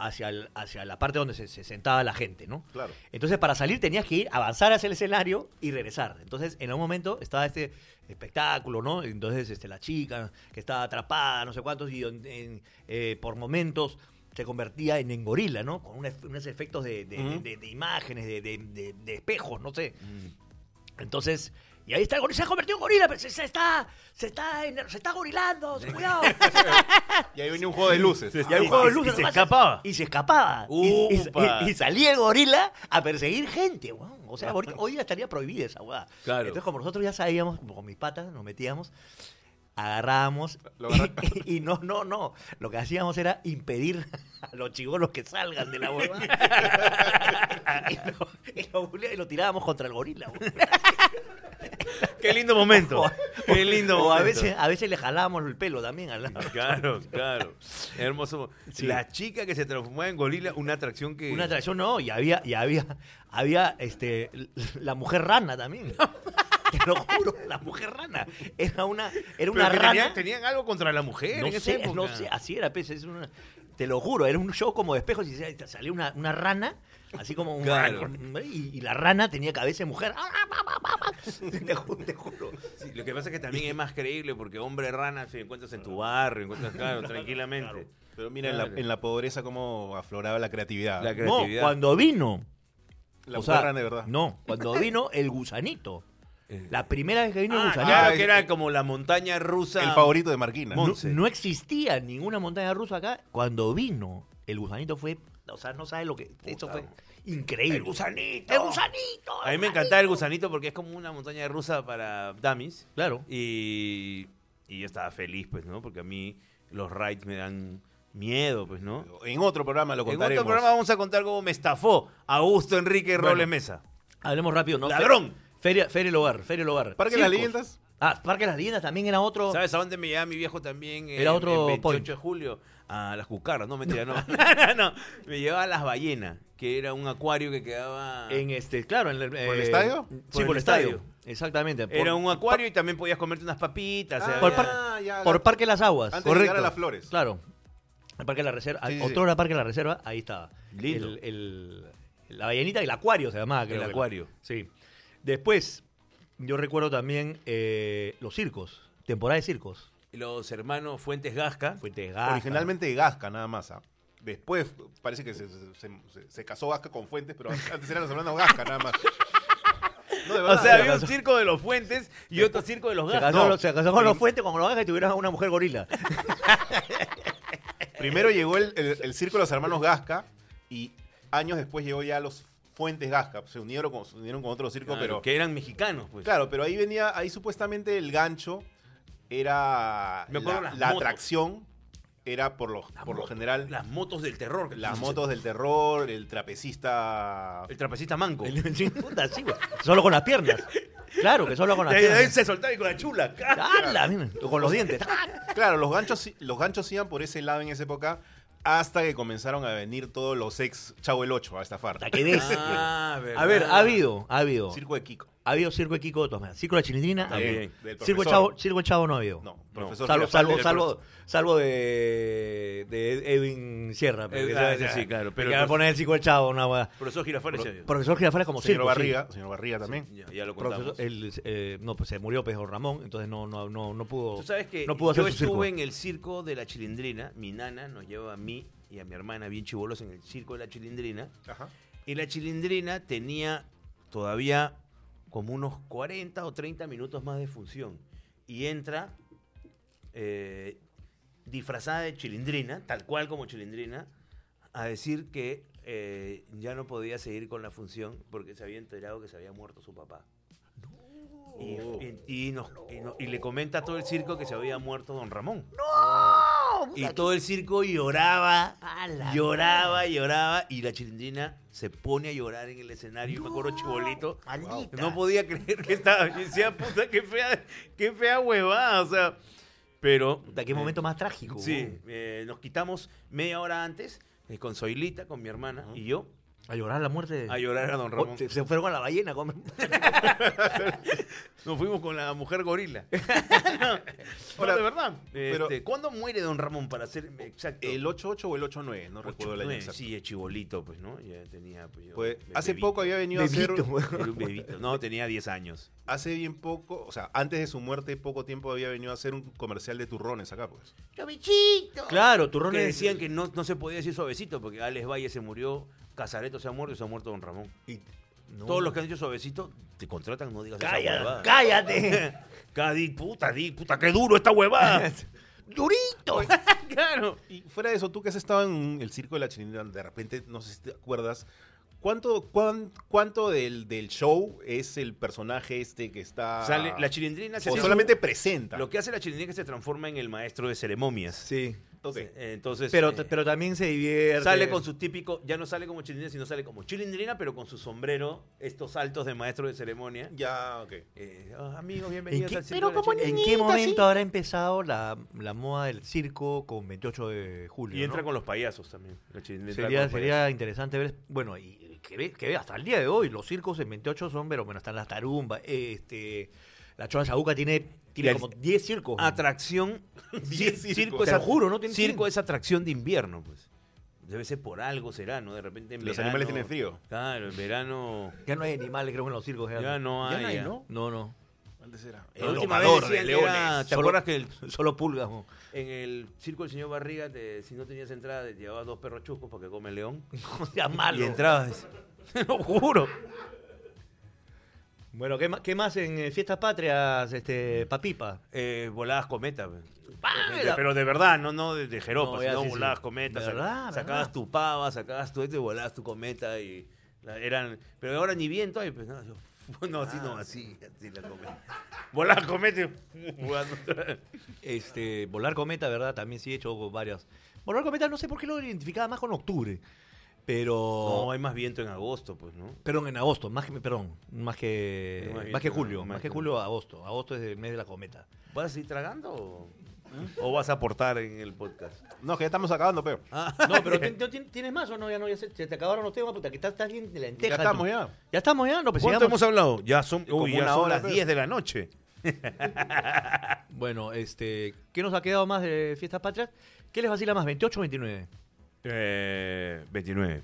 Speaker 1: hacia, el- hacia la parte donde se, se sentaba la gente, ¿no?
Speaker 3: Claro.
Speaker 1: Entonces, para salir tenías que ir, avanzar hacia el escenario y regresar. Entonces, en algún momento estaba este espectáculo, ¿no? Entonces, este, la chica que estaba atrapada, no sé cuántos, y en- en- eh, por momentos se convertía en, en gorila, ¿no? Con unos, unos efectos de, de-
Speaker 3: Ujú.
Speaker 1: de- de imágenes, de, de- de- de espejos, no sé. Entonces, y ahí está el gorila, se ha convertido en gorila, pero se, se está, se está, en- se está gorilando, cuidado.
Speaker 3: Y ahí venía un juego de luces. Ah,
Speaker 2: Sí, sí.
Speaker 1: Y había un
Speaker 2: Y-
Speaker 1: juego de
Speaker 2: y-
Speaker 1: luces,
Speaker 2: y se
Speaker 1: nomás.
Speaker 2: escapaba.
Speaker 1: Y se escapaba. Y, y-
Speaker 2: Upa.
Speaker 1: y- y salía el gorila a perseguir gente, weón. O sea, ahorita- hoy día estaría prohibida esa weá.
Speaker 2: Claro.
Speaker 1: Entonces, como nosotros ya sabíamos, como con mis patas, nos metíamos, agarrábamos
Speaker 3: Lo agarra-
Speaker 1: y, y no, no, no. Lo que hacíamos era impedir a los chigolos que salgan de la weá. y, lo, y lo bulea- y lo tirábamos contra el gorila, weón.
Speaker 2: Qué lindo momento.
Speaker 1: O-
Speaker 2: Qué lindo
Speaker 1: O a
Speaker 2: momento.
Speaker 1: veces, a veces le jalábamos el pelo también al
Speaker 2: Claro, claro. Hermoso.
Speaker 1: Sí.
Speaker 2: La chica que se transformaba en gorila, una atracción que.
Speaker 1: Una atracción, no, y había, y había, había este, la mujer rana también. Te lo juro, la mujer rana. Era una, era
Speaker 2: Pero
Speaker 1: una
Speaker 2: que
Speaker 1: rana.
Speaker 2: tenían, tenían algo contra la mujer
Speaker 1: No
Speaker 2: en esa
Speaker 1: sé,
Speaker 2: época.
Speaker 1: no sé, así era, pues, es una- te lo juro, era un show como de espejos y se- salía una, una rana, así como un
Speaker 2: Claro.
Speaker 1: con- y, y la rana tenía cabeza de mujer. Ah, Te, ju- te juro.
Speaker 2: Sí, lo que pasa es que también es más creíble porque hombre rana si encuentras en tu barrio, encuentras claro, tranquilamente.
Speaker 3: Pero mira, en la- en,
Speaker 2: Claro.
Speaker 3: la, pobreza cómo afloraba la creatividad.
Speaker 2: La
Speaker 3: La,
Speaker 2: cre-
Speaker 1: No,
Speaker 2: Creatividad.
Speaker 1: cuando vino, o sea,
Speaker 3: mujer rana, de verdad.
Speaker 1: No, cuando vino el gusanito. La primera vez que vino el
Speaker 2: Ah,
Speaker 1: gusanito.
Speaker 2: claro,
Speaker 3: es-
Speaker 2: que era como la montaña rusa.
Speaker 3: El favorito de Marquina.
Speaker 1: No,
Speaker 2: Once.
Speaker 1: no existía ninguna montaña rusa acá. Cuando vino, el gusanito fue. O sea, no sabes lo que. Eso fue increíble.
Speaker 2: El gusanito.
Speaker 1: ¡El gusanito!
Speaker 2: A mí me encantaba el gusanito porque es como una montaña rusa para dummies.
Speaker 1: Claro.
Speaker 2: Y, y yo estaba feliz, pues, ¿no? Porque a mí los rides me dan miedo, pues, ¿no?
Speaker 3: En otro programa lo
Speaker 2: En
Speaker 3: contaremos.
Speaker 2: otro programa vamos a contar cómo me estafó Augusto Enrique
Speaker 1: Bueno.
Speaker 2: Robles Mesa.
Speaker 1: Hablemos rápido, ¿no?
Speaker 2: ¡Ladrón!
Speaker 1: Fe- Feria, feria el hogar, feria el hogar.
Speaker 3: Parque de las
Speaker 1: Circos.
Speaker 3: Leyendas.
Speaker 1: Ah, Parque de las Leyendas también era otro.
Speaker 2: ¿Sabes a dónde me llevaba mi viejo también? eh,
Speaker 1: Era otro
Speaker 2: El 28
Speaker 1: point.
Speaker 2: de julio. A las cucarras, no mentira, no. no, no. Me llevaba a las ballenas, que era un acuario que quedaba.
Speaker 1: En este, claro, en el, eh,
Speaker 3: estadio?
Speaker 1: Sí,
Speaker 2: Por
Speaker 1: por,
Speaker 2: el
Speaker 1: el estadio.
Speaker 2: estadio.
Speaker 1: Exactamente. por-
Speaker 2: Era un acuario y también podías comerte unas papitas.
Speaker 3: Ah,
Speaker 2: eh,
Speaker 1: Por,
Speaker 3: ya,
Speaker 1: par-
Speaker 3: ya,
Speaker 1: por
Speaker 3: la-
Speaker 1: Parque de las Aguas.
Speaker 3: Antes
Speaker 2: Correcto.
Speaker 3: de llegar a las flores.
Speaker 1: Claro. El Parque de la Reserva.
Speaker 3: Sí, sí, sí.
Speaker 1: Otro era Parque de la Reserva, ahí estaba.
Speaker 2: Lindo.
Speaker 1: El, el- la ballenita, el acuario se llamaba. creo
Speaker 2: El
Speaker 1: que era.
Speaker 2: acuario.
Speaker 1: Sí. Después, yo recuerdo también eh, los circos. Temporada de circos.
Speaker 2: Los hermanos Fuentes Gasca.
Speaker 1: Fuentes Gaza.
Speaker 3: Originalmente de Gasca, nada más. ¿ah? Después parece que se, se- se- se casó Gasca con Fuentes, pero antes eran los hermanos Gasca, nada más. No, de
Speaker 2: O
Speaker 3: verdad.
Speaker 2: sea, había un circo de los Fuentes y otro circo de los
Speaker 1: Se
Speaker 2: Gasca.
Speaker 1: casó,
Speaker 3: No.
Speaker 1: se casó con los fuentes, con los ángeles y tuvieron una mujer gorila.
Speaker 3: Primero llegó el, el- el circo de los hermanos Gasca y años después llegó ya los Fuentes Gasca. Se unieron con, se unieron con otro circo,
Speaker 2: Claro,
Speaker 3: pero.
Speaker 2: Que eran mexicanos, pues.
Speaker 3: Claro, pero ahí venía, ahí supuestamente el gancho era
Speaker 2: Me acuerdo
Speaker 3: la,
Speaker 2: las
Speaker 3: la
Speaker 2: motos.
Speaker 3: atracción era por lo, por lo
Speaker 2: motos,
Speaker 3: general
Speaker 2: Las motos del terror. que
Speaker 3: las
Speaker 2: se-
Speaker 3: motos del terror, el trapecista
Speaker 2: El trapecista manco.
Speaker 1: Sí, puta, sí, güey. Solo con las piernas. Claro, que solo con las
Speaker 2: De- de-
Speaker 1: piernas.
Speaker 2: se soltaba y con la chula. ca-
Speaker 1: ¡Hala! Mira, Con los dientes.
Speaker 3: Claro, los ganchos, los ganchos iban por ese lado en esa época hasta que comenzaron a venir todos los ex Chavo el 8 a estafar.
Speaker 1: Hasta que ves.
Speaker 2: Ah,
Speaker 1: A ver,
Speaker 2: verdad.
Speaker 1: ha habido, ha habido.
Speaker 3: Circo de Kiko. Eh,
Speaker 1: Ha habido circo de Kiko de todas maneras. Circo de la Chilindrina, ha
Speaker 2: También,
Speaker 1: habido.
Speaker 3: del
Speaker 1: Circo de
Speaker 3: profesor.
Speaker 1: Chavo, circo de Chavo no ha habido.
Speaker 3: No,
Speaker 2: No,
Speaker 3: profesor.
Speaker 1: Salvo,
Speaker 3: Girafales
Speaker 1: salvo,
Speaker 3: del
Speaker 1: salvo,
Speaker 3: profesor.
Speaker 1: salvo de, de Edwin Sierra. porque
Speaker 2: Eh,
Speaker 1: ya-
Speaker 2: ah,
Speaker 1: ya-
Speaker 2: sí, claro, pero
Speaker 1: que va a
Speaker 2: profe-
Speaker 1: poner el circo del Chavo, una hueá.
Speaker 2: Profesor Girafales. ya-
Speaker 1: Profesor Girafales como
Speaker 3: Señor
Speaker 1: circo. sí.
Speaker 3: Barriga, señor Barriga también.
Speaker 2: Ya, ya lo contamos.
Speaker 1: Profesor- él, eh, no, pues se murió Pejo Ramón, entonces no, no, no, no pudo.
Speaker 2: Tú sabes que
Speaker 1: no pudo hacer
Speaker 2: yo
Speaker 1: su circo.
Speaker 2: estuve en el circo de la chilindrina. Mi nana nos lleva a mí y a mi hermana bien chivolos en el circo de la chilindrina.
Speaker 3: Ajá.
Speaker 2: Y la chilindrina tenía todavía como unos 40 o 30 minutos más de función. Y entra eh, disfrazada de chilindrina, tal cual como chilindrina, a decir que eh, ya no podía seguir con la función porque se había enterado que se había muerto su papá. Y, y- y nos- y no- y le comenta a todo el circo que se había muerto don Ramón. Y todo el circo lloraba, lloraba, lloraba. Y la chilindrina se pone a llorar en el escenario. y Me acuerdo chibolito. No podía creer que estaba. Yo decía, puta, qué fea, qué fea huevada. O sea, pero.
Speaker 1: Puta, qué momento más trágico.
Speaker 2: Sí,
Speaker 1: weón.
Speaker 2: eh, nos quitamos media hora antes eh, con Zoilita, con mi hermana y yo,
Speaker 1: A llorar la muerte. de-
Speaker 2: a llorar a don Ramón.
Speaker 1: Oh, se, se fueron a la ballena. con-
Speaker 2: Nos fuimos con la mujer gorila. no, no,
Speaker 3: Ahora,
Speaker 2: de verdad.
Speaker 3: pero-
Speaker 2: Este, ¿Cuándo muere don Ramón, para ser exacto?
Speaker 3: El 88 o el 89, no recuerdo el año
Speaker 2: 89,
Speaker 3: exacto.
Speaker 2: Sí, es chibolito, pues, ¿no? Ya tenía, pues, yo-
Speaker 3: Pues,
Speaker 2: be-
Speaker 3: hace
Speaker 2: bebito.
Speaker 3: poco había venido a hacer
Speaker 1: Bebito, weón.
Speaker 2: Era un bebito. No, tenía 10 años.
Speaker 3: hace bien poco, o sea, antes de su muerte poco tiempo había venido a hacer un comercial de turrones acá, pues.
Speaker 4: Chovichito.
Speaker 1: Claro,
Speaker 2: Que
Speaker 1: turrones.
Speaker 2: decían que no, no se podía decir suavecito porque Alex Valle se murió, Casareto se ha muerto y se ha muerto don Ramón.
Speaker 1: Y- no.
Speaker 2: Todos los que han dicho suavecito te contratan, no digas esa
Speaker 1: Cállate,
Speaker 2: huevada.
Speaker 1: cállate.
Speaker 2: Cada di, puta, di, puta, qué duro esta huevada.
Speaker 1: Durito.
Speaker 2: claro.
Speaker 3: Y fuera de eso, tú que has estado en el circo de la chilindrina, de repente, no sé si te acuerdas, ¿cuánto, cuán- cuánto del, del show es el personaje este que está...
Speaker 2: Sale, la chilindrina se
Speaker 3: O
Speaker 2: hace-
Speaker 3: solamente presenta.
Speaker 2: Lo que hace la chilindrina es que se transforma en el maestro de ceremonias.
Speaker 1: Sí.
Speaker 3: Ok.
Speaker 2: Eh, Entonces.
Speaker 1: Pero,
Speaker 2: eh,
Speaker 1: pero también se divierte.
Speaker 2: Sale con su típico, ya no sale como chilindrina, sino sale como chilindrina, pero con su sombrero, estos saltos de maestro de ceremonia.
Speaker 3: Ya, ok.
Speaker 2: Eh, ah, amigos, bienvenidos
Speaker 1: qué-
Speaker 2: al circo
Speaker 4: pero
Speaker 2: de la
Speaker 4: como
Speaker 2: Chilindrina.
Speaker 1: ¿En
Speaker 4: Niñito,
Speaker 1: qué momento
Speaker 4: sí.
Speaker 1: habrá empezado la, la moda del circo con 28 de julio?
Speaker 2: Y entra
Speaker 1: ¿no?
Speaker 2: con los payasos también. la Chilindrina entra
Speaker 1: sería
Speaker 2: con los
Speaker 1: sería interesante ver. Bueno, y y que, ve- que ve hasta el día de hoy los circos en 28 son, pero bueno, están las tarumbas, este, la Chola Chabuca tiene, tiene
Speaker 2: Y al-
Speaker 1: como 10 circos. güey.
Speaker 2: Atracción.
Speaker 3: Diez
Speaker 2: cir-
Speaker 3: circos.
Speaker 2: es
Speaker 1: Te
Speaker 2: a-
Speaker 1: lo juro, no tiene
Speaker 2: Circo
Speaker 1: fin.
Speaker 2: es atracción de invierno, pues. Debe ser por algo, será, ¿no? De repente en
Speaker 3: Los
Speaker 2: verano-
Speaker 3: animales tienen frío.
Speaker 2: Claro, en verano.
Speaker 1: Ya no hay animales, creo, en los circos.
Speaker 2: Ya no hay.
Speaker 3: Ya no hay,
Speaker 2: ya.
Speaker 3: ¿no?
Speaker 1: No, no.
Speaker 3: Antes era.
Speaker 2: La
Speaker 1: El
Speaker 2: última vez
Speaker 1: domador
Speaker 2: decían
Speaker 1: de
Speaker 2: que era-
Speaker 1: leones.
Speaker 2: ¿Te
Speaker 1: Solo-
Speaker 2: acuerdas que el-
Speaker 1: Solo pulgas. güey.
Speaker 2: en el circo del señor Barriga, te- si no tenías entrada, te llevabas dos perros chuscos para que come el león?
Speaker 1: O sea, malo.
Speaker 2: Y entrabas. Te lo juro.
Speaker 1: Bueno, ¿qué más, qué más en eh, Fiestas Patrias, este, Papipa?
Speaker 2: Eh, voladas cometas. pues.
Speaker 1: Ah,
Speaker 2: De-
Speaker 1: la-
Speaker 2: pero de verdad, no, no de, de jeropa,
Speaker 1: No, ya,
Speaker 2: sino
Speaker 1: sí, sí.
Speaker 2: volabas cometas.
Speaker 1: De
Speaker 2: sac-
Speaker 1: verdad,
Speaker 2: sacabas
Speaker 1: verdad.
Speaker 2: tu pava, sacabas tu esto y volabas tu cometa. y la- eran, pero ahora ni viento hay, pues no. yo- no, así
Speaker 1: Ah,
Speaker 2: no, así, así la cometa. Volabas cometa y jugando otra vez.
Speaker 1: Este, Volar Cometa, ¿verdad? También sí he hecho varias. Volar Cometa no sé por qué lo identificaba más con octubre. Pero.
Speaker 2: No, hay más viento en agosto, pues, ¿no?
Speaker 1: Perdón, en agosto, más que, perdón, más que,
Speaker 2: Más
Speaker 1: más,
Speaker 2: bien,
Speaker 1: que
Speaker 2: no,
Speaker 1: julio,
Speaker 2: más
Speaker 1: más que
Speaker 2: que-
Speaker 1: julio, agosto. Agosto es el mes de la cometa.
Speaker 2: ¿Vas a seguir tragando o,
Speaker 1: ¿Eh?
Speaker 2: o vas a aportar en el podcast?
Speaker 3: No, que ya estamos acabando, pero.
Speaker 2: Ah,
Speaker 1: No, pero ¿tien- no tien- ¿tienes más o no? Ya no, ya se, se te acabaron los temas, puta, que estás, estás bien de lenteja.
Speaker 3: Ya estamos
Speaker 1: tú.
Speaker 3: ya.
Speaker 1: Ya estamos ya, no, pues
Speaker 2: ¿Cuánto hemos
Speaker 1: sigamos.
Speaker 2: hablado? Ya son, uy,
Speaker 3: Como
Speaker 2: ya
Speaker 3: una
Speaker 2: son
Speaker 3: hora,
Speaker 2: las
Speaker 3: creo.
Speaker 2: 10 de la noche.
Speaker 1: Bueno, este, ¿qué nos ha quedado más de Fiestas Patrias? ¿Qué les vacila más, 28 o 29?
Speaker 2: Eh, 29.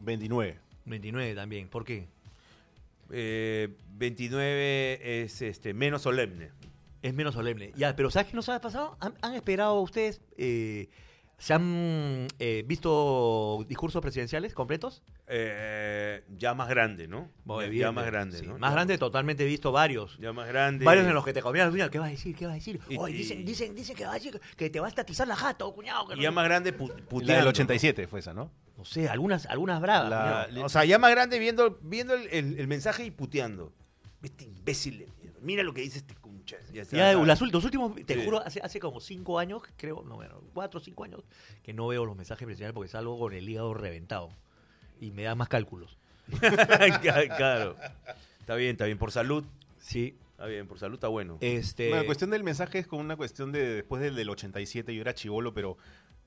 Speaker 3: 29.
Speaker 1: 29 también, ¿por qué?
Speaker 2: Eh, 29 es este, menos solemne.
Speaker 1: Es menos solemne. Ya, pero ¿sabes qué nos ha pasado? ¿Han, han esperado ustedes, eh, se han eh, visto discursos presidenciales completos?
Speaker 2: Eh, ya más grande, ¿no?
Speaker 1: Bueno,
Speaker 2: ya,
Speaker 1: evidente,
Speaker 2: más grande,
Speaker 1: sí.
Speaker 2: ¿no?
Speaker 1: Más
Speaker 2: Ya-
Speaker 1: grande, totalmente he visto varios.
Speaker 2: Ya más grande.
Speaker 1: Varios de los que te comían las uñas, ¿qué vas a decir? ¿Qué vas a decir?
Speaker 2: Y-
Speaker 1: Oye,
Speaker 2: y-
Speaker 1: dicen, dicen, dicen que, va a decir que te va a estatizar la jata, oh, cuñado. que
Speaker 2: y
Speaker 1: no-
Speaker 2: ya más grande pu-
Speaker 3: La del
Speaker 2: puteando.
Speaker 3: 87 fue esa, ¿no?
Speaker 1: No sé, algunas, algunas bravas.
Speaker 3: La-
Speaker 1: cuñado.
Speaker 2: ¿no? O sea, ya más grande viendo, viendo el, el- el mensaje y puteando. Este imbécil de mierda. Mira lo que dice este concha. Ya, está,
Speaker 1: Ya,
Speaker 2: está.
Speaker 1: las ult- los últimos, te
Speaker 2: Sí.
Speaker 1: juro, hace, hace como cinco años, creo, no, bueno, cuatro o cinco años, que no veo los mensajes presidenciales porque salgo con el hígado reventado. Y me da más cálculos.
Speaker 2: Ca- claro. Está bien, está bien. Por salud.
Speaker 1: Sí.
Speaker 2: Está bien, por salud está bueno.
Speaker 1: Este.
Speaker 3: Bueno, la cuestión del mensaje es como una cuestión de después del, del 87, yo era chivolo, pero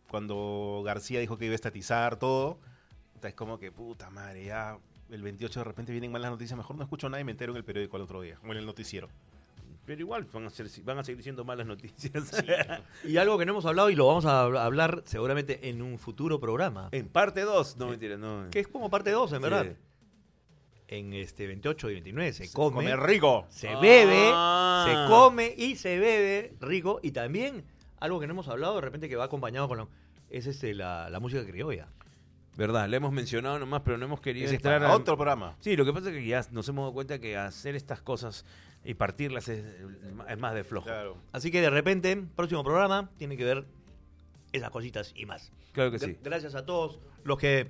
Speaker 3: cuando García dijo que iba a estatizar todo, puta, es como que puta madre, ya el 28 de repente vienen malas noticias, mejor no escucho nada y me entero en el periódico al otro día, o en el noticiero.
Speaker 2: Pero igual van a, ser, van a seguir siendo malas noticias.
Speaker 1: Y algo que no hemos hablado y lo vamos a hab- hablar seguramente en un futuro programa.
Speaker 2: en parte 2. No, mentira, no.
Speaker 1: Que es como parte dos, en verdad.
Speaker 2: Eh, Sí.
Speaker 1: En este 28 y 29 se
Speaker 3: Come rico.
Speaker 1: se
Speaker 2: Ah.
Speaker 1: bebe, se come y se bebe rico. Y también, algo que no hemos hablado de repente que va acompañado con la, es este, la, la música criolla.
Speaker 2: Verdad, la hemos mencionado nomás, pero no hemos querido
Speaker 3: Ese es
Speaker 2: entrar
Speaker 3: para
Speaker 2: a
Speaker 3: otro programa.
Speaker 2: Sí, lo que pasa es que ya nos hemos dado cuenta que hacer estas cosas y partirlas es, es más de flojo.
Speaker 3: Claro.
Speaker 1: Así que de repente, próximo programa, tiene que ver esas cositas y más.
Speaker 2: Claro que sí.
Speaker 1: Gra- Gracias a todos los que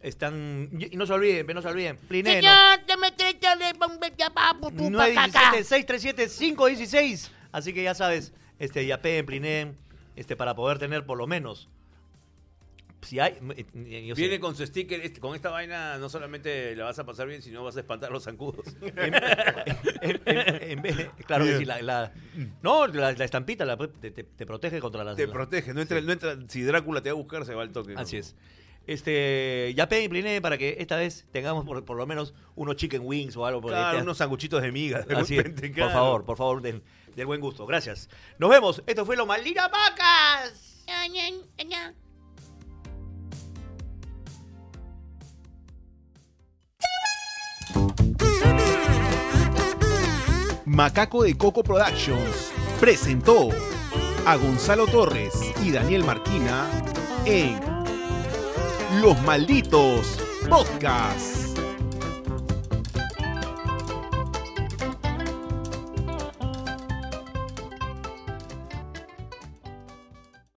Speaker 1: están... Y no se olviden, pero no se olviden. Plineno.
Speaker 4: Señor, deme tres chales, pa' un beta, pa, pu, pu, pa, caca.
Speaker 1: 917-637-516. Así que ya sabes, este, ya peguen, plineen, este, para poder tener por lo menos... Si hay... eh, eh, yo sé.
Speaker 2: Viene con su sticker, este- con esta vaina no solamente la vas a pasar bien, sino vas a espantar los zancudos.
Speaker 1: En- en- en- en vez- claro que sí, la, la- no, la, la estampita la- te, te- te protege contra las...
Speaker 2: Te
Speaker 1: la-
Speaker 2: protege, no entra, no entra, si Drácula te va a buscar, se va al toque. ¿no?
Speaker 1: Así es. Este, ya peguen y plineen para que esta vez tengamos por, por lo menos unos chicken wings o algo. porque
Speaker 2: Claro,
Speaker 1: te-
Speaker 2: unos sanguchitos de miga. de
Speaker 1: así es.
Speaker 2: repente,
Speaker 1: por
Speaker 2: claro.
Speaker 1: favor, por favor, del, del buen gusto. Gracias. Nos vemos. Esto fue Lo Maldita Vacas.
Speaker 4: Ya, ya, ya.
Speaker 5: Macaco de Coco Productions presentó a Gonzalo Torres y Daniel Marquina en Los Malditos Podcasts.